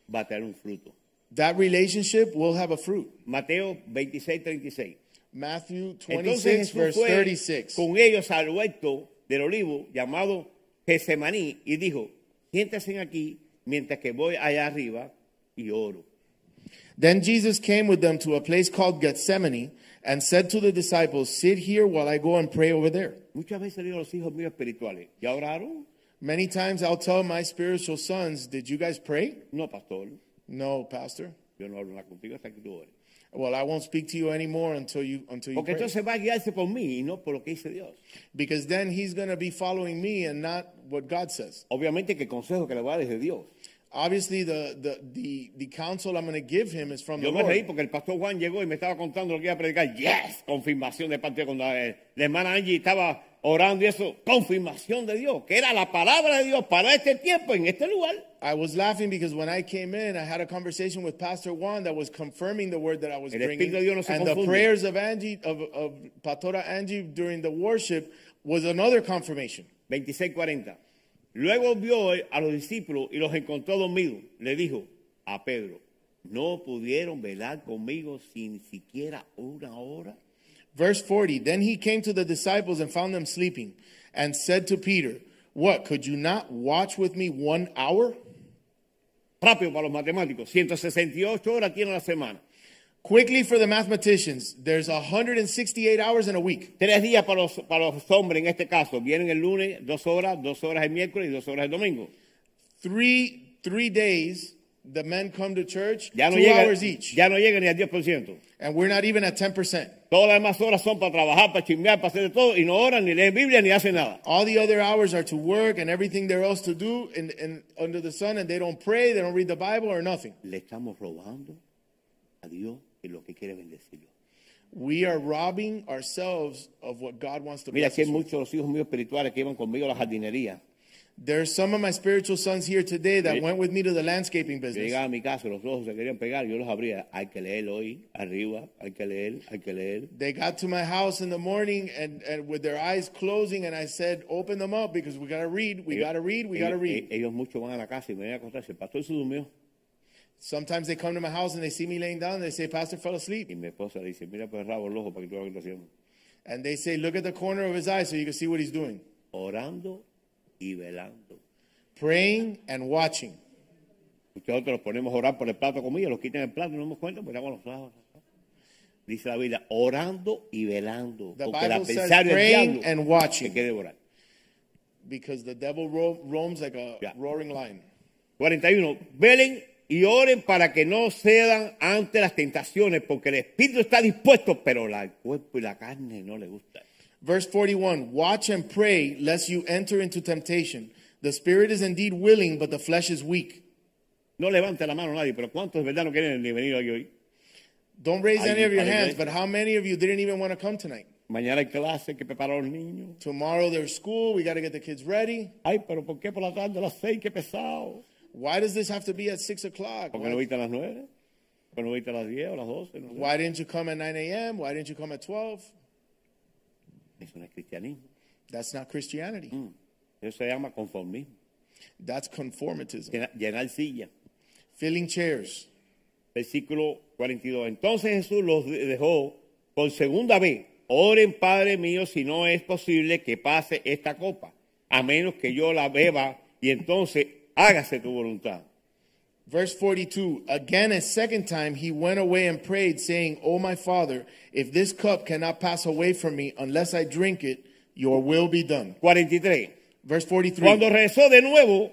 S2: va a tener un fruto.
S3: That relationship will have a fruit.
S2: Mateo 26, 36.
S3: Matthew
S2: Entonces
S3: 26,
S2: Jesús
S3: verse
S2: fue
S3: 36.
S2: con ellos al huerto del olivo llamado Getsemaní y dijo, siéntense aquí mientras que voy allá arriba y oro.
S3: Then Jesus came with them to a place called Gethsemane and said to the disciples, Sit here while I go and pray over there.
S2: Muchas veces le digo a los hijos míos espirituales, ¿ya oraron?
S3: Many times I'll tell my spiritual sons, Did you guys pray?
S2: No, pastor,
S3: No, Pastor.
S2: yo no hablo nada contigo hasta que tú ores.
S3: Well, I won't speak to you anymore until you until you
S2: Porque
S3: pray.
S2: entonces va a guiarse por mí y no por lo que dice Dios.
S3: Because then he's going to be following me and not what God says.
S2: Obviamente que el consejo que le voy a dar es de Dios.
S3: Obviously, the the the, the counsel I'm going to give him is from
S2: Yo
S3: the
S2: me
S3: Lord.
S2: reí porque el pastor Juan llegó y me estaba contando lo que iba a predicar. Yes, confirmación de parte de cuando eh, la hermana Angie estaba orando y eso, confirmación de Dios, que era la palabra de Dios para este tiempo en este lugar.
S3: I was laughing because when I came in, I had a conversation with Pastor Juan that was confirming the word that I was
S2: El Espíritu
S3: bringing,
S2: de Dios no se
S3: and the
S2: confunde.
S3: prayers of Angie of, of Pastora Angie during the worship was another confirmation.
S2: 26:40. Luego vio eh, a los discípulos y los encontró dormidos. Le dijo a Pedro, ¿no pudieron velar conmigo sin siquiera una hora?
S3: Verse 40 Then he came to the disciples and found them sleeping, and said to Peter, What, could you not watch with me one hour?
S2: Rápido para los matemáticos, 168 horas tiene la semana.
S3: Quickly for the mathematicians, there's 168 hours in a week.
S2: Tres días para los, para los hombres en este caso. Vienen el lunes, dos horas, dos horas el miércoles y dos horas el domingo.
S3: Three, three days, the men come to church,
S2: Ya no,
S3: two
S2: llega,
S3: hours each,
S2: ya no llega ni al 10%.
S3: and we're not even at 10%.
S2: Todas las demás horas son para trabajar, para chismear, para hacer de todo y no oran, ni leen Biblia, ni hacen nada.
S3: All the other hours are to work and everything there else to do and, and under the sun, and they don't pray, they don't read the Bible or nothing.
S2: Le estamos robando a Dios en lo que quiere bendecirlo.
S3: We are robbing ourselves of what God wants to
S2: Mira,
S3: bless
S2: aquí
S3: us
S2: hay
S3: with.
S2: muchos de los hijos míos espirituales que iban conmigo a la jardinería.
S3: There's some of my spiritual sons here today that went with me to the landscaping
S2: Yo
S3: business.
S2: llegaba a mi casa, los ojos se querían pegar, yo los abría. Hay que leer hoy, arriba, hay que leer, hay que leer.
S3: They got to my house in the morning and, and with their eyes closing, and I said, Open them up because we got to read, we got to read, we got to
S2: ellos,
S3: read.
S2: e- ellos muchos van a la casa y me vienen a acostarse. El pastor se durmió.
S3: Sometimes they come to my house and they see me laying down and they say, Pastor fell
S2: Y
S3: asleep.
S2: mi esposa le dice, mira por el rabo el ojo para que tú veas lo que está haciendo.
S3: And they say, Look at the corner of his eye so you can see what he's doing.
S2: Orando y velando.
S3: Praying and watching.
S2: Nosotros los ponemos a orar por el plato de comida, los quitan el plato y no nos damos cuenta, pues los ojos. Dice la Biblia, orando y velando.
S3: The
S2: porque el
S3: Bible says
S2: adversario del
S3: praying
S2: diablo
S3: and
S2: te
S3: watching
S2: quiere devorar.
S3: because the devil ro- roams like a
S2: Yeah.
S3: roaring lion.
S2: 41. Velen y oren para que no cedan ante las tentaciones, porque el espíritu está dispuesto, pero la- el cuerpo y la carne no le gusta.
S3: Verse 41 Watch and pray lest you enter into temptation. The spirit is indeed willing, but the flesh is weak.
S2: No levante la mano nadie, pero ¿cuántos de verdad no quieren ni venir hoy? hoy?
S3: Don't raise
S2: Are
S3: any
S2: you-
S3: of your
S2: are you
S3: hands,
S2: ready?
S3: but how many of you didn't even want to come tonight?
S2: Mañana hay clase que preparar a los niños.
S3: Tomorrow there's school, we got to get the kids ready.
S2: Ay, pero ¿por qué por la tarde a las seis? ¡Qué pesado!
S3: Why does this have to be at 6 o'clock?
S2: ¿Por qué no
S3: Why,
S2: viste a las nueve? ¿Por qué no viste a las diez o a las doce? No sé.
S3: why didn't you come at 9 a.m.? Why didn't you come at 12?
S2: Eso no es cristianismo.
S3: That's not Christianity.
S2: Eso se llama conformismo.
S3: That's conformitism.
S2: Llena- Llenar silla.
S3: Filling chairs.
S2: Versículo 42. Entonces Jesús los de- dejó por segunda vez. Oren, Padre mío, si no es posible que pase esta copa, a menos que yo la beba y entonces hágase tu voluntad.
S3: Verse 42 Again, a second time, he went away and prayed, saying, O my Father, if this cup cannot pass away from me unless I drink it, your will be done.
S2: 43.
S3: Verse 43
S2: Cuando regresó de nuevo,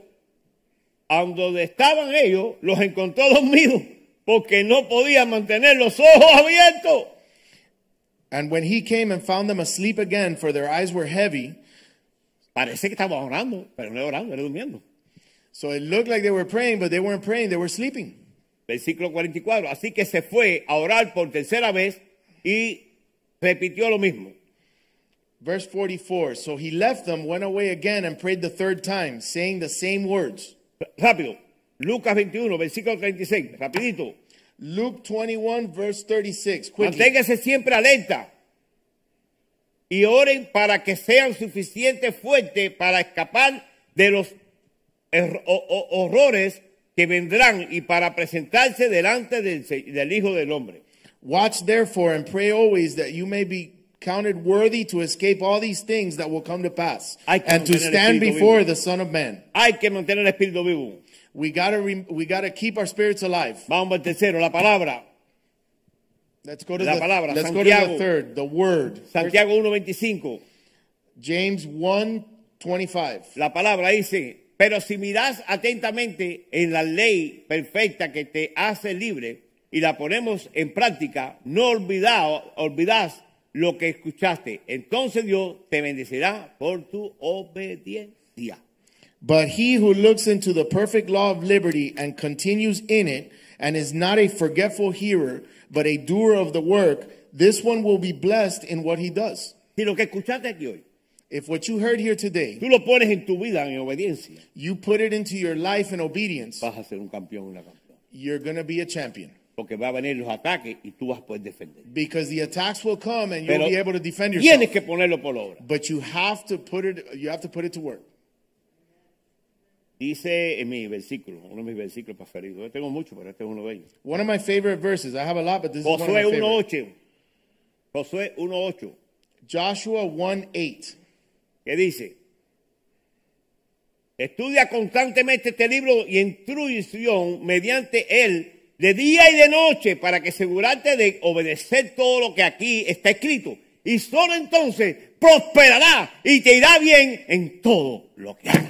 S2: a donde estaban ellos, los encontró dormidos porque no podían mantener los ojos abiertos.
S3: And when he came and found them asleep again, for their eyes were heavy,
S2: Parece que estaban orando, pero no era orando, era durmiendo.
S3: so it looked like they were praying, but they weren't praying, they were sleeping.
S2: Versículo 44. Así que se fue a orar por tercera vez y repitió lo mismo.
S3: Verse 44 So he left them, went away again, and prayed the third time, saying the same words.
S2: Rápido. Lucas 21, versículo 36. Rapidito.
S3: Luke 21, verse 36. Quickly.
S2: Manténgase siempre alerta. Y oren para que sean suficiente fuerte para escapar de los er- o- o- horrores que vendrán y para presentarse delante del, se- del Hijo del Hombre.
S3: Watch therefore and pray always that you may be counted worthy to escape all these things that will come to pass
S2: Hay que
S3: and to
S2: mantener el
S3: stand
S2: espíritu
S3: before
S2: vivo.
S3: the Son of Man.
S2: Hay que mantener el espíritu vivo.
S3: We gotta re- we gotta keep our spirits alive.
S2: Vamos al tercero, la palabra.
S3: Let's go to
S2: La
S3: the
S2: palabra,
S3: let's go to
S2: Santiago.
S3: the third, the Word.
S2: Santiago 1.25.
S3: James 1, 25.
S2: La palabra dice, pero si miras atentamente en la ley perfecta que te hace libre, y la ponemos en práctica, no olvidao- olvidás lo que escuchaste. Entonces Dios te bendecirá por tu obediencia.
S3: But he who looks into the perfect law of liberty and continues in it, and is not a forgetful hearer, but a doer of the work, this one will be blessed in what he does.
S2: Si lo que escuchaste aquí hoy,
S3: If what you heard here today,
S2: tú lo pones en tu vida en obediencia,
S3: you put it into your life in obedience,
S2: vas a ser un campeón, una campeona.
S3: you're going to be a champion.
S2: Porque va a venir los ataques y tú vas a poder defender.
S3: Because the attacks will come and you'll
S2: Pero
S3: be able to defend yourself.
S2: tienes que ponerlo por obra.
S3: But you have to put it you have to put it to work.
S2: Dice en mi versículo, uno de mis versículos preferidos. Yo tengo muchos, pero este es uno de ellos.
S3: One of my favorite verses. I have a lot, but this is one of
S2: Josué
S3: my favorite.
S2: 1.8. Josué 1.8.
S3: Joshua 1 8.
S2: que dice, estudia constantemente este libro y instrucción mediante él de día y de noche para que asegurarte de obedecer todo lo que aquí está escrito. Y solo entonces prosperará y te irá bien en todo lo que hagas.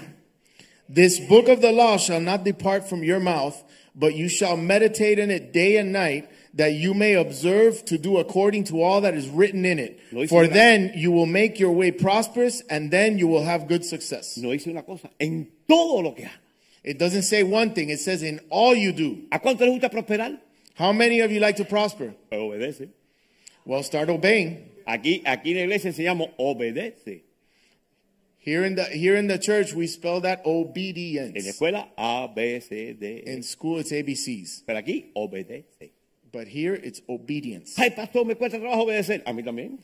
S3: This book of the law shall not depart from your mouth, but you shall meditate in it day and night, that you may observe to do according to all that is written in it.
S2: Lo hice
S3: For
S2: una-
S3: then you will make your way prosperous, and then you will have good success.
S2: No dice una cosa, en todo lo que hagas.
S3: It doesn't say one thing, it says in all you do.
S2: ¿A cuánto les gusta prosperar?
S3: How many of you like to prosper?
S2: Pues obedece.
S3: Well, start obeying.
S2: Aquí, aquí en la iglesia enseñamos obedece.
S3: Here in the here in the church, we spell that
S2: En la
S3: obedience.
S2: escuela, A, B, C, D. E.
S3: In school, it's ABCs,
S2: Pero aquí, obedece.
S3: but here it's obedience.
S2: Ay, pastor, me cuesta trabajo obedecer. A mí también.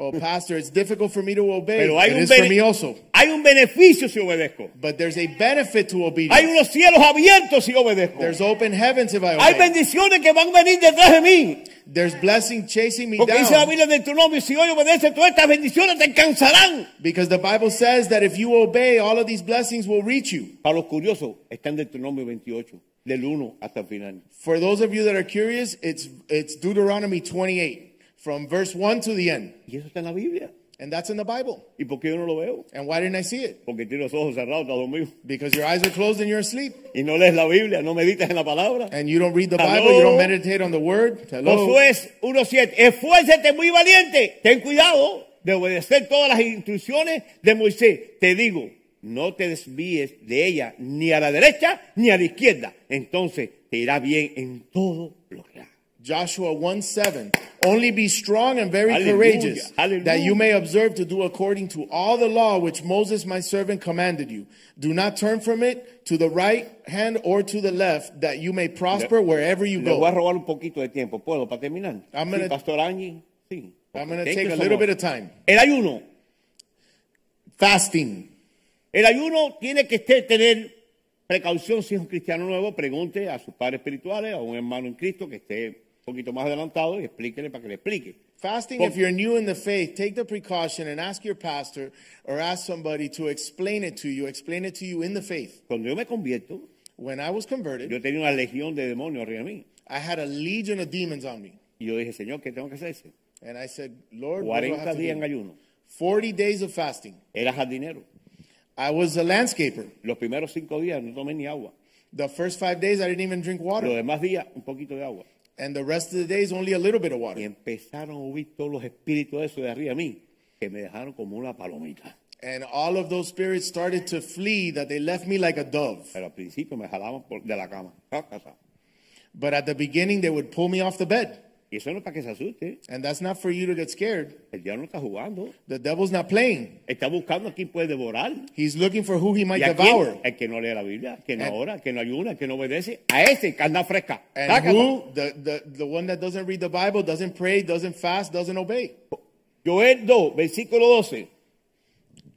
S3: Oh, pastor, it's difficult for me to obey.
S2: Pero hay
S3: It
S2: un,
S3: is for
S2: bene-
S3: me also.
S2: hay un beneficio si obedezco.
S3: But there's a benefit to
S2: Hay
S3: obedience.
S2: unos cielos abiertos si obedezco.
S3: There's open heavens if I
S2: Hay
S3: obey.
S2: bendiciones que van a venir detrás de mí.
S3: There's blessing chasing me
S2: Porque dice la
S3: down.
S2: Biblia de tu nombre, si hoy obedeces, todas estas bendiciones te alcanzarán.
S3: Because the Bible says that if you obey, all of these blessings will reach you.
S2: Para los curiosos, están de tu nombre 28, del 1 hasta el final.
S3: For those of you that are curious, it's it's Deuteronomy 28 from verse 1 to the end.
S2: Y eso está en la Biblia.
S3: And that's in the Bible.
S2: ¿Y por qué yo no lo veo?
S3: And why didn't I see it?
S2: Porque tiene los ojos cerrados, estás dormido.
S3: Because your eyes are closed and you're asleep.
S2: Y no lees la Biblia, no meditas en la palabra.
S3: And you don't read the
S2: Hello?
S3: Bible, you don't meditate on the word. Hello.
S2: Josué 1.7. Esfuérzate muy valiente. Ten cuidado de obedecer todas las instrucciones de Moisés. Te digo, no te desvíes de ella ni a la derecha ni a la izquierda. Entonces te irá bien en todo lo que hagas.
S3: Joshua 1 7. Only be strong and very
S2: Hallelujah,
S3: courageous,
S2: hallelujah.
S3: that you may observe to do according to all the law which Moses my servant commanded you. Do not turn from it to the right hand or to the left, that you may prosper
S2: Le-
S3: wherever you
S2: Le voy a
S3: go.
S2: robar un poquito de tiempo. ¿Puedo para terminar?
S3: I'm
S2: sí,
S3: gonna-
S2: Pastor Angie. Sí.
S3: I'm going to
S2: Thank
S3: take
S2: you
S3: a
S2: so
S3: little
S2: much.
S3: bit of time.
S2: El ayuno.
S3: Fasting.
S2: El ayuno tiene que te- tener precaución si es un cristiano nuevo, pregunte a sus padres espirituales, a un hermano en Cristo que esté un poquito más adelantado y explíquele para que le explique.
S3: Fasting,
S2: Well-
S3: if you're new in the faith, take the precaution and ask your pastor or ask somebody to explain it to you. Explain it to you in the faith.
S2: Cuando yo me convierto,
S3: When I was converted,
S2: yo tenía una legión de demonios arriba de mí.
S3: I had a legion of demons on me.
S2: Y yo dije, Señor, ¿qué tengo que hacerse?
S3: And I said, Lord, what do I
S2: 40
S3: have to
S2: días en
S3: do?
S2: ayuno.
S3: 40 days of fasting.
S2: Era jardinero.
S3: I was a landscaper.
S2: Los primeros cinco días no tomé ni agua.
S3: The first five days, I didn't even drink
S2: Los
S3: water.
S2: demás días, un poquito de agua.
S3: And the rest of the days, only a little bit of
S2: Y
S3: water.
S2: empezaron a huir todos los espíritus de esos de arriba de mí, que me dejaron como una palomita.
S3: And all of those spirits started to flee, that they left me like a dove.
S2: Pero al principio me jalaban por- de la cama. Ah, Ca, ca, ca.
S3: But at the beginning, they would pull me off the bed.
S2: Y eso no es para que se asuste.
S3: And that's not for you to get scared.
S2: El diablo no está jugando.
S3: The devil's not playing,
S2: Está buscando a quien puede devorar.
S3: he's looking for who he might
S2: Y a quién?
S3: devour.
S2: el que no lee la Biblia, el que no
S3: And-
S2: ora, el que no ayuna, el que no obedece. A ese que anda fresca.
S3: And
S2: Sácala.
S3: who? The, the, the one that doesn't read the Bible, doesn't pray, doesn't fast, doesn't obey.
S2: Joel 2, versículo 12.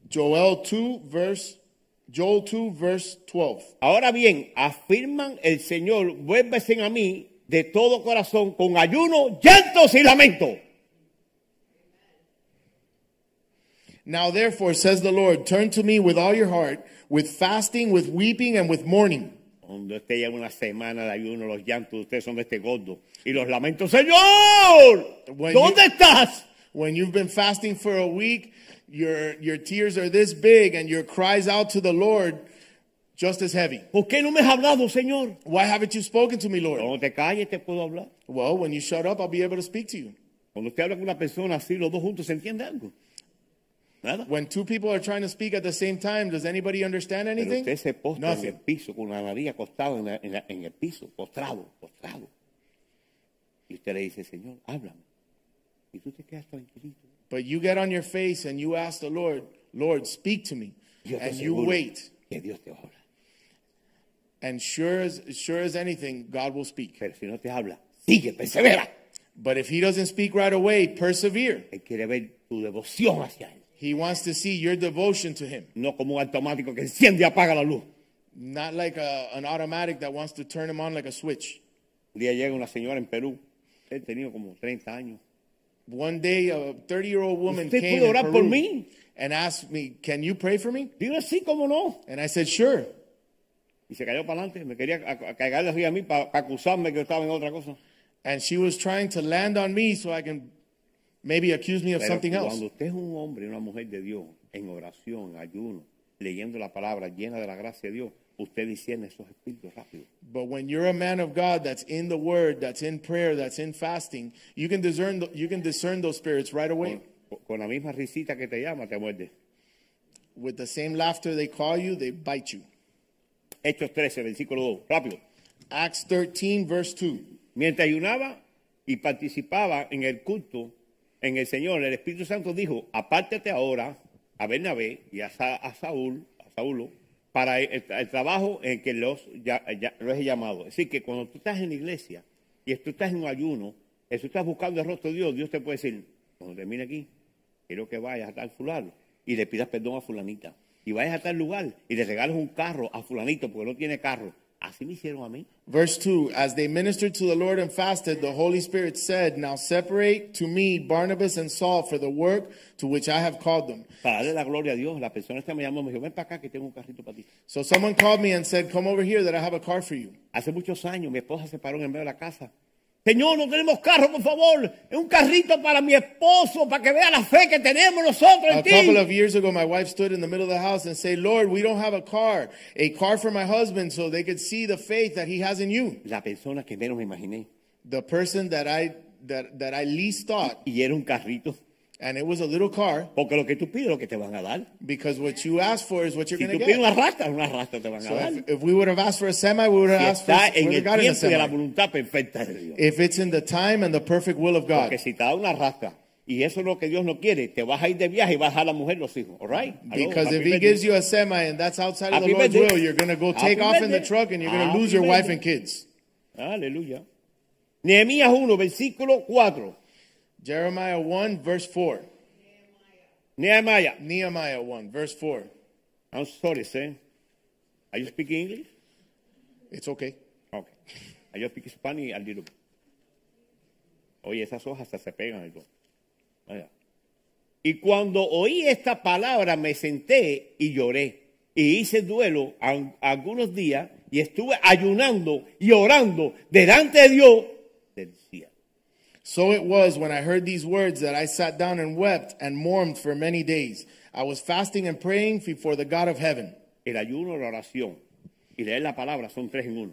S3: Joel 2, verse, Joel 2, verse 12.
S2: Ahora bien, afirman el Señor, vuélvese a mí de todo corazón con ayuno, llantos y lamento.
S3: Now, therefore, says the Lord, turn to me with all your heart, with fasting, with weeping, and with mourning.
S2: Cuando usted lleva una semana de ayuno, los llantos de usted son de este gordo. Y los lamentos, Señor,
S3: When
S2: ¿dónde estás?
S3: When you've been fasting for a week, your, your tears are this big, and your cries out to the Lord just as heavy.
S5: ¿Por qué no me has hablado, Señor?
S3: Why haven't you spoken to me, Lord?
S2: Cuando te calles te puedo hablar.
S3: Well, when you shut up, I'll be able to speak to you.
S2: Cuando usted habla con una persona así, los dos juntos, ¿se entiende algo? Nada.
S3: When two people are trying to speak at the same time, does anybody understand
S2: Pero
S3: anything?
S2: usted se postra en
S3: Nothing.
S2: el piso con la nariz acostada en, la- en la- en el piso, postrado, postrado. Y usted le dice, Señor, háblame. Y tú te quedas tranquilito.
S3: But you get on your face and you ask the Lord, Lord, speak to me.
S2: Yo te
S3: And you
S2: aseguro
S3: wait.
S2: que Dios te va a hablar.
S3: And sure as sure as anything, God will speak.
S2: Pero si no te habla, sigue, persevera.
S3: But if he doesn't speak right away, persevere.
S2: Él quiere ver tu devoción hacia Él.
S3: He wants to see your devotion to him,
S2: No como un automático que enciende y apaga la luz.
S3: not like a, an automatic that wants to turn him on like a switch.
S2: Un día llega una señora en Perú. Él tenía como 30 años.
S3: One day, a 30 year old woman
S2: ¿Usted
S3: came
S2: puede
S3: in
S2: orar por
S3: Peru
S2: mí?
S3: and asked me, Can you pray for me?
S2: Digo, sí, cómo no.
S3: And I said, Sure.
S2: Y se cayó para adelante. Me quería a- a- cagarle así a mí para acusarme que yo estaba en otra cosa.
S3: And she was trying to land on me so I can maybe accuse me of
S2: Pero
S3: something else.
S2: cuando usted es un hombre y una mujer de Dios, en oración, en ayuno, leyendo la palabra, llena de la gracia de Dios, usted discierne esos espíritus rápido.
S3: But when you're a man of God that's in the word, that's in prayer, that's in fasting, you can discern, th- you can discern those spirits right away.
S2: Con, con la misma risita que te llama, te muerde.
S3: With the same laughter they call you, they bite you.
S2: Hechos 13, versículo 2. Rápido.
S3: Acts 13, verse 2.
S2: Mientras ayunaba y participaba en el culto en el Señor, el Espíritu Santo dijo, apártate ahora a Bernabé y a, Sa- a Saúl, a Saulo, para el, el trabajo en que los, ya- ya- los he llamado. Es decir, que cuando tú estás en la iglesia y tú estás en un ayuno, y tú estás buscando el rostro de Dios, Dios te puede decir, cuando termine aquí, quiero que vayas a tal fulano y le pidas perdón a fulanita. Y vayas a tal lugar y le regales un carro a fulanito porque no tiene carro. Así me hicieron a mí.
S3: Verse 2 As they ministered to the Lord and fasted, the Holy Spirit said, Now separate to me Barnabas and Saul for the work to which I have called them.
S2: Para darle la gloria a Dios, la persona esta me llamó, me dijo, ven para acá que tengo un carrito para ti.
S3: So someone called me and said, Come over here that I have a car for you.
S2: Hace muchos años mi esposa se paró en el medio de la casa. Señor, no tenemos carro, por favor. Es un carrito para mi esposo, para que vea la fe que tenemos nosotros en
S3: A couple of
S2: ti.
S3: years ago, my wife stood in the middle of the house and said, Lord, we don't have a car, a car for my husband, so they could see the faith that he has in you.
S2: La persona que menos me imaginé.
S3: The person that I that that I least thought,
S2: Y era un carrito.
S3: and it was a little car,
S2: Porque lo que tú pides, lo que te van a dar.
S3: because what you asked for is what you're
S2: Si tú
S3: gonna
S2: pides
S3: get.
S2: una rastra, una rastra te van a
S3: So
S2: dar.
S3: if, if we would have asked for a semi, we would have
S2: Y
S3: asked for
S2: está
S3: we
S2: en
S3: would
S2: el
S3: have gotten a
S2: tiempo y a la
S3: semi.
S2: voluntad perfecta de Dios.
S3: If it's in the time and the perfect will of
S2: Porque
S3: God.
S2: si te da una rastra y eso es lo que Dios no quiere, te vas a ir de viaje y vas a dejar a la mujer los hijos. All right? Hello,
S3: Because if
S2: happy
S3: he gives
S2: birthday.
S3: you a semi and that's outside of the
S2: Happy
S3: Lord's
S2: birthday.
S3: will, you're gonna go
S2: Happy
S3: take off in the
S2: birthday.
S3: truck and you're gonna
S2: Happy
S3: lose your wife
S2: birthday.
S3: and kids.
S2: Aleluya. Nehemías 1, versículo 4.
S3: Jeremiah 1, verse 4.
S2: Nehemiah.
S3: Nehemiah 1, verse 4.
S2: I'm sorry, sir. Are you speaking English?
S3: It's okay.
S2: Okay. Are you speaking Spanish a little bit? Oye, esas hojas hasta se pegan. y todo. Vaya. Y cuando oí esta palabra me senté y lloré. Y hice duelo a- algunos días y estuve ayunando y orando delante de Dios del cielo.
S3: So it was when I heard these words that I sat down and wept and mourned for many days. I was fasting and praying before the God of heaven.
S2: El ayuno, la oración y leer la palabra son tres en uno.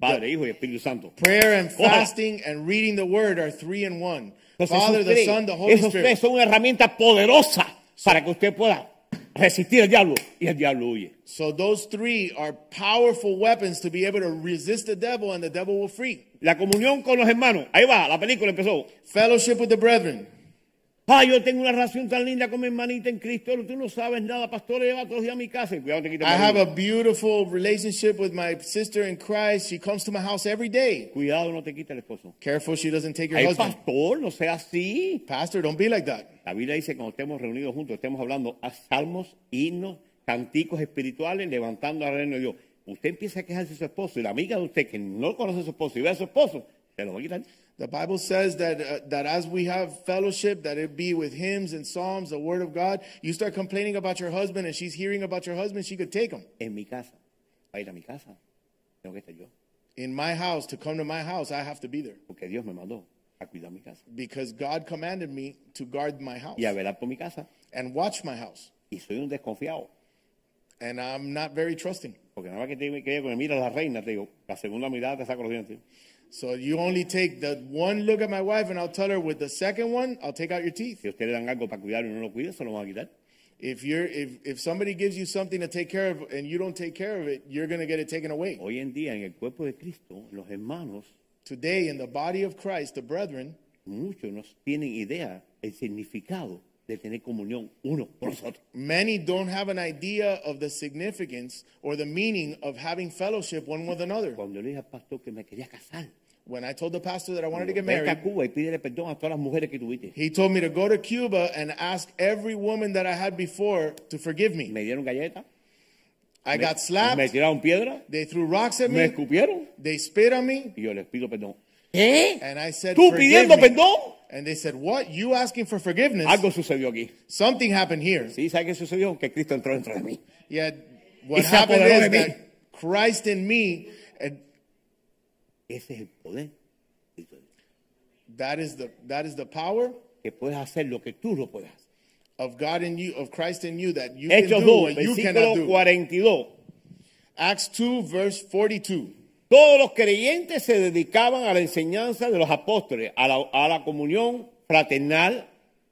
S2: Padre, Hijo y Espíritu Santo.
S3: Prayer and
S2: Coja.
S3: fasting and reading the word are three in one.
S2: Entonces,
S3: Father,
S2: esos
S3: the
S2: tres-
S3: Son, the Holy
S2: esos tres
S3: Spirit.
S2: son una herramienta poderosa para que usted pueda resistir al diablo y el diablo huye.
S3: So those three are powerful weapons to be able to resist the devil and the devil will free.
S2: La comunión con los hermanos. Ahí va, la película empezó.
S3: Fellowship with the brethren.
S2: Ah, yo tengo una relación tan linda con mi hermanita en Cristo. Tú no sabes nada, pastor. Lleva todos los días a mi casa. Y Cuidado, te quita
S3: I
S2: el
S3: have
S2: marido.
S3: a beautiful relationship with my sister in Christ. She comes to my house every day.
S2: Cuidado, no te quita el esposo.
S3: Careful she doesn't take your
S2: Ay,
S3: husband.
S2: pastor, no sea así.
S3: Pastor, don't be like that.
S2: La Biblia dice que cuando estemos reunidos juntos, estemos hablando a salmos, himnos, canticos espirituales, levantando al reino de Dios. Usted empieza a quejarse de su esposo y la amiga de usted que no conoce a su esposo y ve a su esposo, se lo va a quitar.
S3: The Bible says that uh, that as we have fellowship, that it be with hymns and psalms, the word of God. You start complaining about your husband, and she's hearing about your husband. She could take him
S2: en mi casa. Para ir a mi casa, tengo que estar yo.
S3: in my house to come to my house. I have to be there
S2: Porque Dios me mandó a cuidar mi casa.
S3: because God commanded me to guard my house
S2: Y a velar por mi casa.
S3: and watch my house.
S2: Y soy un desconfiado.
S3: and I'm not very trusting.
S2: Porque nada más que te que me mira la reina, te digo, la segunda mirada te saco los dientes.
S3: So you only take the one look at my wife, and I'll tell her with the second one, I'll take out your teeth.
S2: Si a usted le dan algo para cuidar y no lo cuida, se lo van a quitar.
S3: If you're if, if somebody gives you something to take care of and you don't take care of it, you're gonna get it taken away.
S2: Hoy en día, en el cuerpo de Cristo, los hermanos,
S3: Today in the body of Christ, the brethren,
S2: muchos no tienen idea el significado de tener comunión unos con los otros.
S3: many don't have an idea of the significance or the meaning of having fellowship one with another.
S2: Cuando le dije al pastor que me quería casar,
S3: When I told the pastor that I wanted to get
S2: vete a
S3: married,
S2: Cuba y pídele perdón a todas las mujeres que tuviste.
S3: he told me to go to Cuba and ask every woman that I had before to forgive me.
S2: Me dieron galletas,
S3: I got
S2: me
S3: slapped.
S2: tiraron piedra,
S3: They threw rocks at
S2: me
S3: me.
S2: escupieron
S3: They spit on me.
S2: y yo les pido perdón.
S3: And I said,
S2: ¿Tú
S3: "Forgive
S2: pidiendo
S3: me."
S2: perdón?
S3: And they said, What? You asking for forgiveness?
S2: Algo sucedió aquí.
S3: Something happened here.
S2: Sí, ¿sabes qué sucedió? Que Cristo entró dentro de mí.
S3: Yet,
S2: Y
S3: what
S2: se
S3: happened
S2: apoderó de
S3: is
S2: mí.
S3: that Christ in me, and
S2: Ese es el poder. de Dios.
S3: that is the that is the power
S2: Que puedes hacer lo que tú no puedes hacer.
S3: of God in you, of Christ in you, that you can
S2: Hechos
S3: do
S2: 2,
S3: what you cannot
S2: versículo
S3: do.
S2: 42.
S3: Acts 2, verse 42.
S2: Todos los creyentes se dedicaban a la enseñanza de los apóstoles, a la, a la comunión fraternal,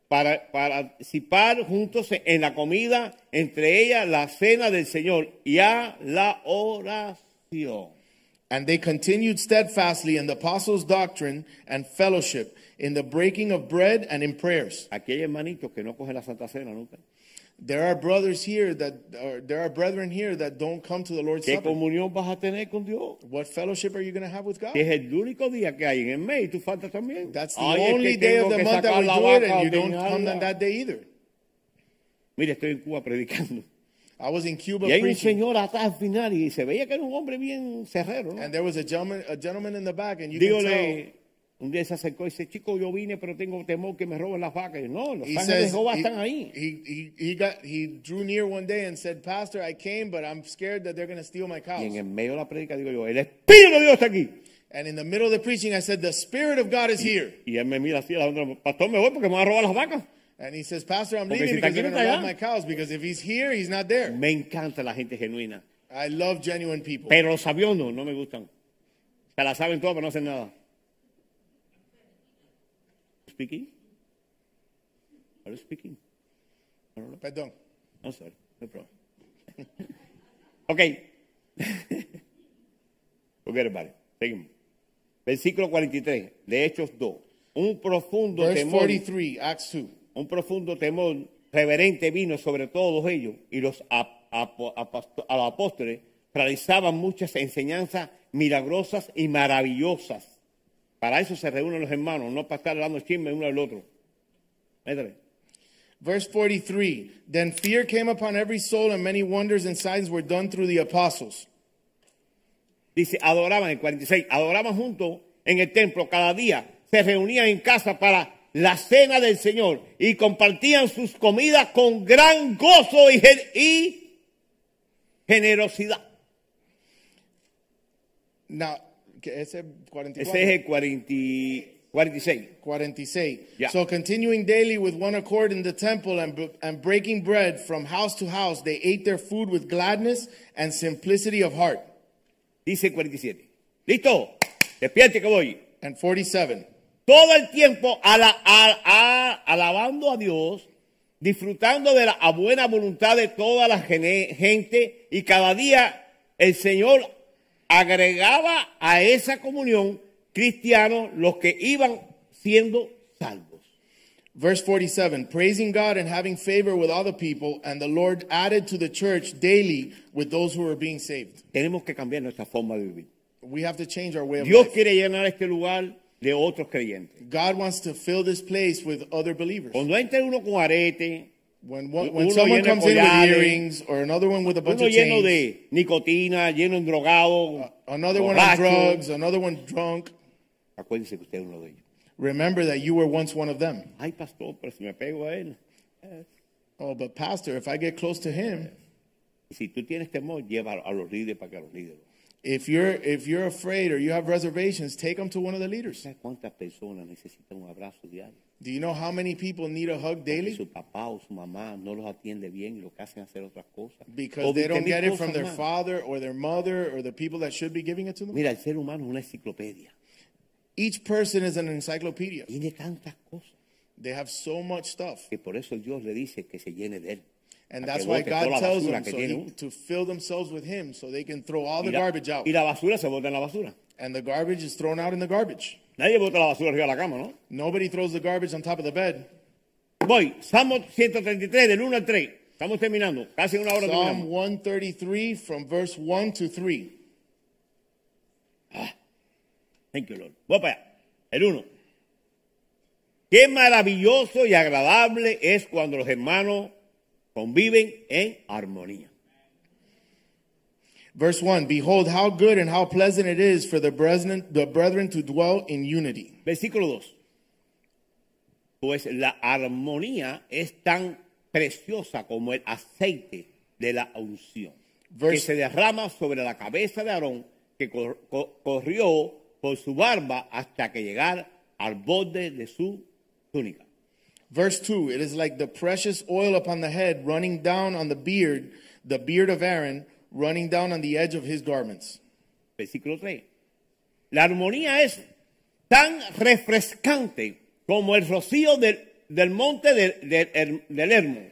S2: para para participar juntos en la comida, entre ellas la cena del Señor y a la oración.
S3: And they continued steadfastly in the apostles' doctrine and fellowship, in the breaking of bread and in prayers.
S2: Aquí hay hermanitos que no cogen la Santa Cena nunca.
S3: There are brothers here that, or there are brethren here that don't come to the Lord's
S2: ¿Qué
S3: Supper.
S2: comunión vas a tener con Dios?
S3: What fellowship are you going to have with God?
S2: Que es el único día que hay en el mes y tú faltas también.
S3: That's the
S2: Ay, es que
S3: only day
S2: tengo
S3: of the
S2: que
S3: month that
S2: sacar
S3: we
S2: la
S3: do it,
S2: vaca
S3: and
S2: a
S3: you don't
S2: ordeñarla.
S3: come on that day either.
S2: Mira, estoy en Cuba predicando.
S3: I was in Cuba
S2: Y hay un
S3: preaching,
S2: señor atrás al final y se veía que era un hombre bien cerrero. ¿no?
S3: and there was a gentleman, a gentleman in the back, and you can tell.
S2: Dígole, un día se acercó y dice, chico, yo vine, pero tengo temor que me roben las vacas. Y yo, no, los
S3: He
S2: ángeles de
S3: says
S2: Jehová
S3: he,
S2: están ahí.
S3: he, he, he got he drew near one day and said, Pastor, I came, but I'm scared that they're going to steal my
S2: Y
S3: cows.
S2: en el medio de la predica digo yo, el Espíritu de Dios está aquí.
S3: And in the middle of the preaching, I said, The Spirit of God is here.
S2: Y él me mira así, a la otra, pastor, me voy porque me van a robar las vacas.
S3: And he says, Pastor, I'm
S2: Porque
S3: leaving
S2: si
S3: because
S2: está aquí, no
S3: they're going to
S2: está
S3: rob
S2: allá.
S3: my cows. Because if he's here, he's not there.
S2: Me encanta la gente genuina.
S3: I love genuine people.
S2: Pero los aviones no me gustan. Se la saben todas, pero no hacen nada. Speaking? Are you speaking?
S3: Perdón.
S2: No, sorry. No problem. ok. Forget about it. Seguimos. Versículo 43 de Hechos 2. Un profundo
S3: Verse
S2: temor,
S3: 43, Acts 2.
S2: un profundo temor reverente vino sobre todos ellos y los ap- apo- aposto- a los apóstoles realizaban muchas enseñanzas milagrosas y maravillosas. Para eso se reúnen los hermanos, no para estar hablando chisme uno al otro. Métele.
S3: Verse 43 Then fear came upon every soul, and many wonders and signs were done through the apostles.
S2: Dice, adoraban el 46, adoraban juntos en el templo cada día, se reunían en casa para la cena del Señor y compartían sus comidas con gran gozo y, gen- y generosidad.
S3: Now, que
S2: Ese
S3: ese
S2: es
S3: 44.
S2: el 40 y 46.
S3: 46.
S2: Yeah.
S3: So continuing daily with one accord in the temple and, b- and breaking bread from house to house, they ate their food with gladness and simplicity of heart.
S2: Dice el 47. ¿Listo? Despierte que voy.
S3: And 47.
S2: Todo el tiempo ala- a- a- alabando a Dios, disfrutando de la a buena voluntad de toda la gene- gente y cada día el Señor agregaba a esa comunión cristianos los que iban siendo salvos.
S3: Verse 47 Praising God and having favor with all the people, and the Lord added to the church daily with those who were being saved.
S2: Tenemos que cambiar nuestra forma de vivir.
S3: We have to change our way of
S2: Dios
S3: life.
S2: quiere llenar este lugar de otros creyentes.
S3: God wants to fill this place with other believers.
S2: Cuando entre uno con arete,
S3: When, one,
S2: Uno
S3: when someone
S2: lleno de
S3: comes in with
S2: collares.
S3: earrings, or another one with a bunch
S2: uno
S3: of
S2: lleno
S3: chains,
S2: de nicotina, lleno de drogado,
S3: another one on
S2: borracho.
S3: drugs, another one drunk,
S2: Acuérdense que usted es uno de ellos.
S3: remember that you were once one of them.
S2: Ay, pastor, pero si me pego a él.
S3: Oh, but Pastor, if I get close to him,
S2: Si tú tienes temor, llévalo a los líderes para que los líderes.
S3: If you're if you're afraid or you have reservations, take them to one of the leaders.
S2: ¿Sabes cuántas personas necesitan un abrazo diario?
S3: Do you know how many people need a hug
S2: Porque
S3: daily?
S2: su papá o su mamá no los atiende bien y lo que hacen es hacer otras cosas. O
S3: Because they
S2: viste
S3: don't
S2: mil
S3: get it
S2: cosas
S3: from their
S2: más.
S3: father or their mother or the people that should be giving it to them.
S2: Mira, el ser humano es una enciclopedia.
S3: Each person is an encyclopedia.
S2: Tiene tantas cosas
S3: They have so much stuff.
S2: que por eso Dios le dice que se llene de él.
S3: And
S2: para que
S3: that's why
S2: bote
S3: God
S2: toda la
S3: tells
S2: basura
S3: them
S2: que
S3: so
S2: tiene
S3: he-
S2: uno.
S3: to fill themselves with Him so they can throw all
S2: y
S3: the
S2: la,
S3: garbage out.
S2: y la basura se bota en la basura.
S3: And the garbage is thrown out in the garbage.
S2: Nadie bota la basura arriba de la cama, ¿no?
S3: Nobody throws the garbage on top of the bed.
S2: Voy, Salmo 133, del 1 al 3. Estamos terminando, casi en una hora
S3: Psalm
S2: terminamos.
S3: 133 from verse 1 to 3.
S2: Thank you, Lord. Voy para allá. El 1. Qué maravilloso y agradable es cuando los hermanos conviven en armonía.
S3: Verse 1 Behold, how good and how pleasant it is for the brethren, the brethren to dwell in unity.
S2: Versículo 2. Pues la armonía es tan preciosa como el aceite de la unción, que
S3: Verse-
S2: se derrama sobre la cabeza de Aarón, que cor- co- corrió por su barba hasta que llegar al borde de su túnica.
S3: Verse 2 It is like the precious oil upon the head running down on the beard, the beard of Aaron running down on the edge of his garments.
S2: Versículo 3. La armonía es tan refrescante como el rocío del, del monte del, del Her- del Hermo,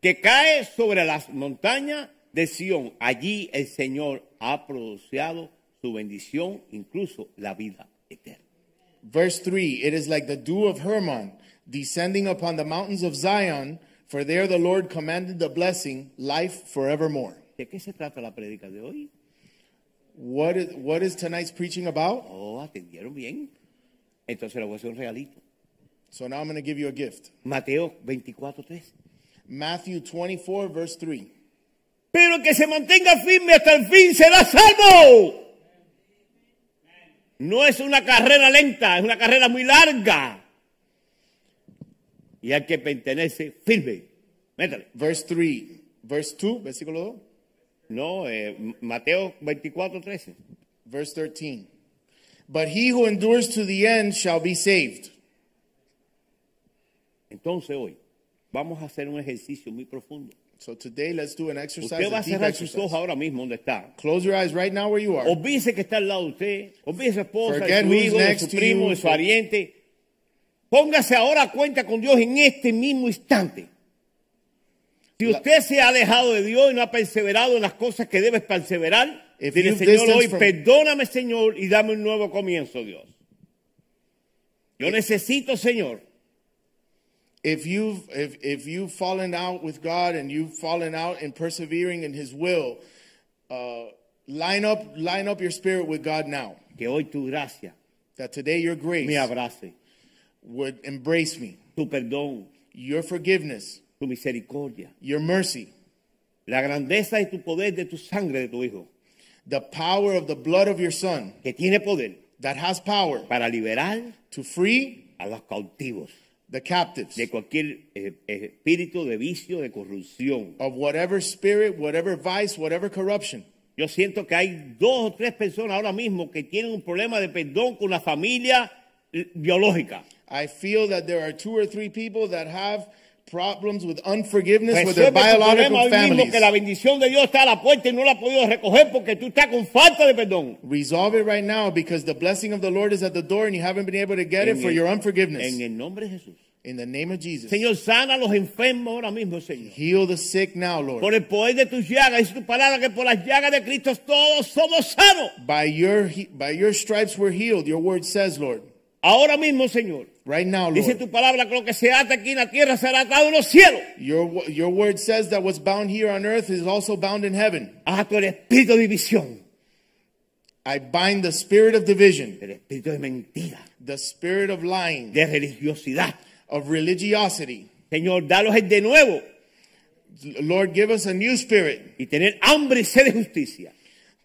S2: que cae sobre las montañas de Sión. Allí el Señor ha pronunciado su bendición, incluso la vida eterna.
S3: Verse 3 It is like the dew of Hermon descending upon the mountains of Zion, for there the Lord commanded the blessing, life forevermore.
S2: ¿De qué se trata la prédica de hoy?
S3: What is, what is tonight's preaching about?
S2: Oh, atendieron bien. Entonces le voy a hacer un regalito.
S3: So now I'm going to give you a gift.
S2: Mateo 24.3
S3: Matthew 24, verse 3.
S2: Pero el que se mantenga firme hasta el fin será salvo. No es una carrera lenta, es una carrera muy larga. Y hay que pertenece firme. Métale.
S3: Verse 3, verse 2, versículo 2,
S2: No, eh, Mateo 24, 13.
S3: verse 13. But he who endures to the end shall be saved.
S2: Entonces hoy vamos a hacer un ejercicio muy profundo.
S3: So today, let's do an exercise.
S2: Usted va
S3: a
S2: a
S3: deep
S2: cerrar sus ojos
S3: exercise.
S2: ahora mismo donde está.
S3: Close your eyes right now where you are.
S2: Olvídese que está al lado de usted. Olvídese su esposa, de
S3: Forget
S2: su
S3: who's
S2: hijo, de
S3: next
S2: su
S3: to
S2: primo,
S3: you.
S2: de su pariente. Póngase ahora a cuenta con Dios en este mismo instante. Si
S3: La-
S2: usted se ha alejado de Dios y no ha perseverado en las cosas que debes perseverar,
S3: If
S2: dile,
S3: you've
S2: Señor,
S3: distanced
S2: hoy
S3: from-
S2: perdóname, Señor, y dame un nuevo comienzo, Dios. Yo necesito, Señor,
S3: If you've if if you've fallen out with God and you've fallen out in persevering in His will, uh, line up line up your spirit with God now.
S2: que hoy tu gracia
S3: That today your grace
S2: me abrace,
S3: would embrace me,
S2: tu perdón,
S3: your forgiveness,
S2: tu misericordia,
S3: your mercy,
S2: la grandeza y tu poder de tu sangre de tu Hijo,
S3: the power of the blood of your Son
S2: que tiene poder
S3: that has power
S2: para liberar
S3: to free
S2: a los cautivos
S3: the captives
S2: de cualquier eh, eh, espíritu de vicio, de corrupción.
S3: of whatever spirit, whatever vice, whatever corruption.
S2: Yo siento que hay dos o tres personas ahora mismo que tienen un problema de perdón con la familia eh, biológica.
S3: I feel that there are two or three people that have problems with unforgiveness with
S2: Resuelve
S3: their
S2: Pues tu problema
S3: biological
S2: hoy mismo
S3: families.
S2: que la bendición de Dios está a la puerta y no la has podido recoger porque tú estás con falta de perdón.
S3: Resolve it right now because the blessing of the Lord is at the door and you haven't been able to get it for
S2: el-
S3: your unforgiveness.
S2: en el nombre de Jesús.
S3: In the name of Jesus.
S2: Señor, sana a los enfermos ahora mismo, Señor.
S3: Heal the sick now, Lord.
S2: Por el poder de tus llagas, es tu palabra que por las llagas de Cristo todos somos sanos.
S3: By your he- by your stripes we're healed. Your word says, Lord.
S2: Ahora mismo, Señor.
S3: Right now,
S2: Dice tu
S3: Lord.
S2: palabra que lo que se ata aquí en la tierra será atado en los cielos.
S3: Your wo- your word says that what's bound here on earth is also bound in heaven.
S2: Ato Ah, el espíritu de división,
S3: I bind the spirit of division,
S2: el espíritu de mentira,
S3: the spirit of lying,
S2: de religiosidad.
S3: of religiosity.
S2: Señor, dalos el de nuevo
S3: Lord, give us a new spirit
S2: y tener hambre y sed de justicia.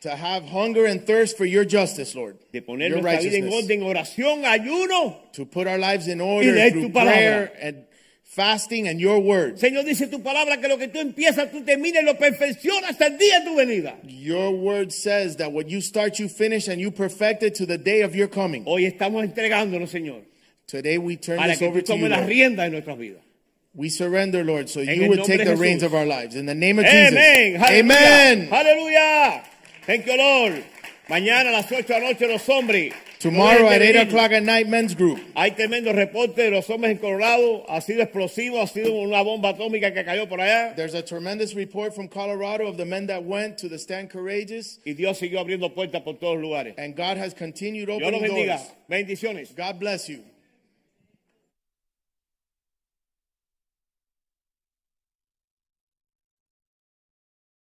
S3: to have hunger and thirst for your justice, Lord.
S2: De poner
S3: your
S2: nuestra vida en
S3: righteousness.
S2: orden, oración, ayuno.
S3: to put our lives in
S2: Y
S3: order
S2: leer
S3: through
S2: tu palabra.
S3: prayer and fasting, and your word.
S2: Señor, dice tu palabra que lo que tú empiezas, tú terminas y lo perfeccionas hasta el día de tu venida.
S3: Your word says that what you start, you finish, and you perfect it to the day of your coming.
S2: Hoy estamos entregándonos, Señor,
S3: Today we turn
S2: Oh. para
S3: this
S2: que
S3: over
S2: tú
S3: to you.
S2: tomes las
S3: Lord.
S2: riendas de nuestras vidas.
S3: We surrender, Lord, so
S2: En
S3: you
S2: el
S3: would
S2: nombre de
S3: take the
S2: Jesús.
S3: reins of our lives. In the name of Jesus.
S2: Amén.
S3: Amen.
S2: Aleluya. Thank you, Lord. Mañana a las 8 de la noche los hombres.
S3: Tomorrow
S2: No dejen
S3: at
S2: de
S3: 8
S2: venir.
S3: o'clock at night, men's group.
S2: Hay tremendo reporte de los hombres en Colorado. Ha sido explosivo, ha sido una bomba atómica que cayó por allá.
S3: There's a tremendous report from Colorado of the men that went to the Stand Courageous,
S2: Y Dios siguió abriendo puertas por todos lugares.
S3: and God has continued
S2: Dios los
S3: opening
S2: bendiga.
S3: doors.
S2: Bendiciones.
S3: God bless you.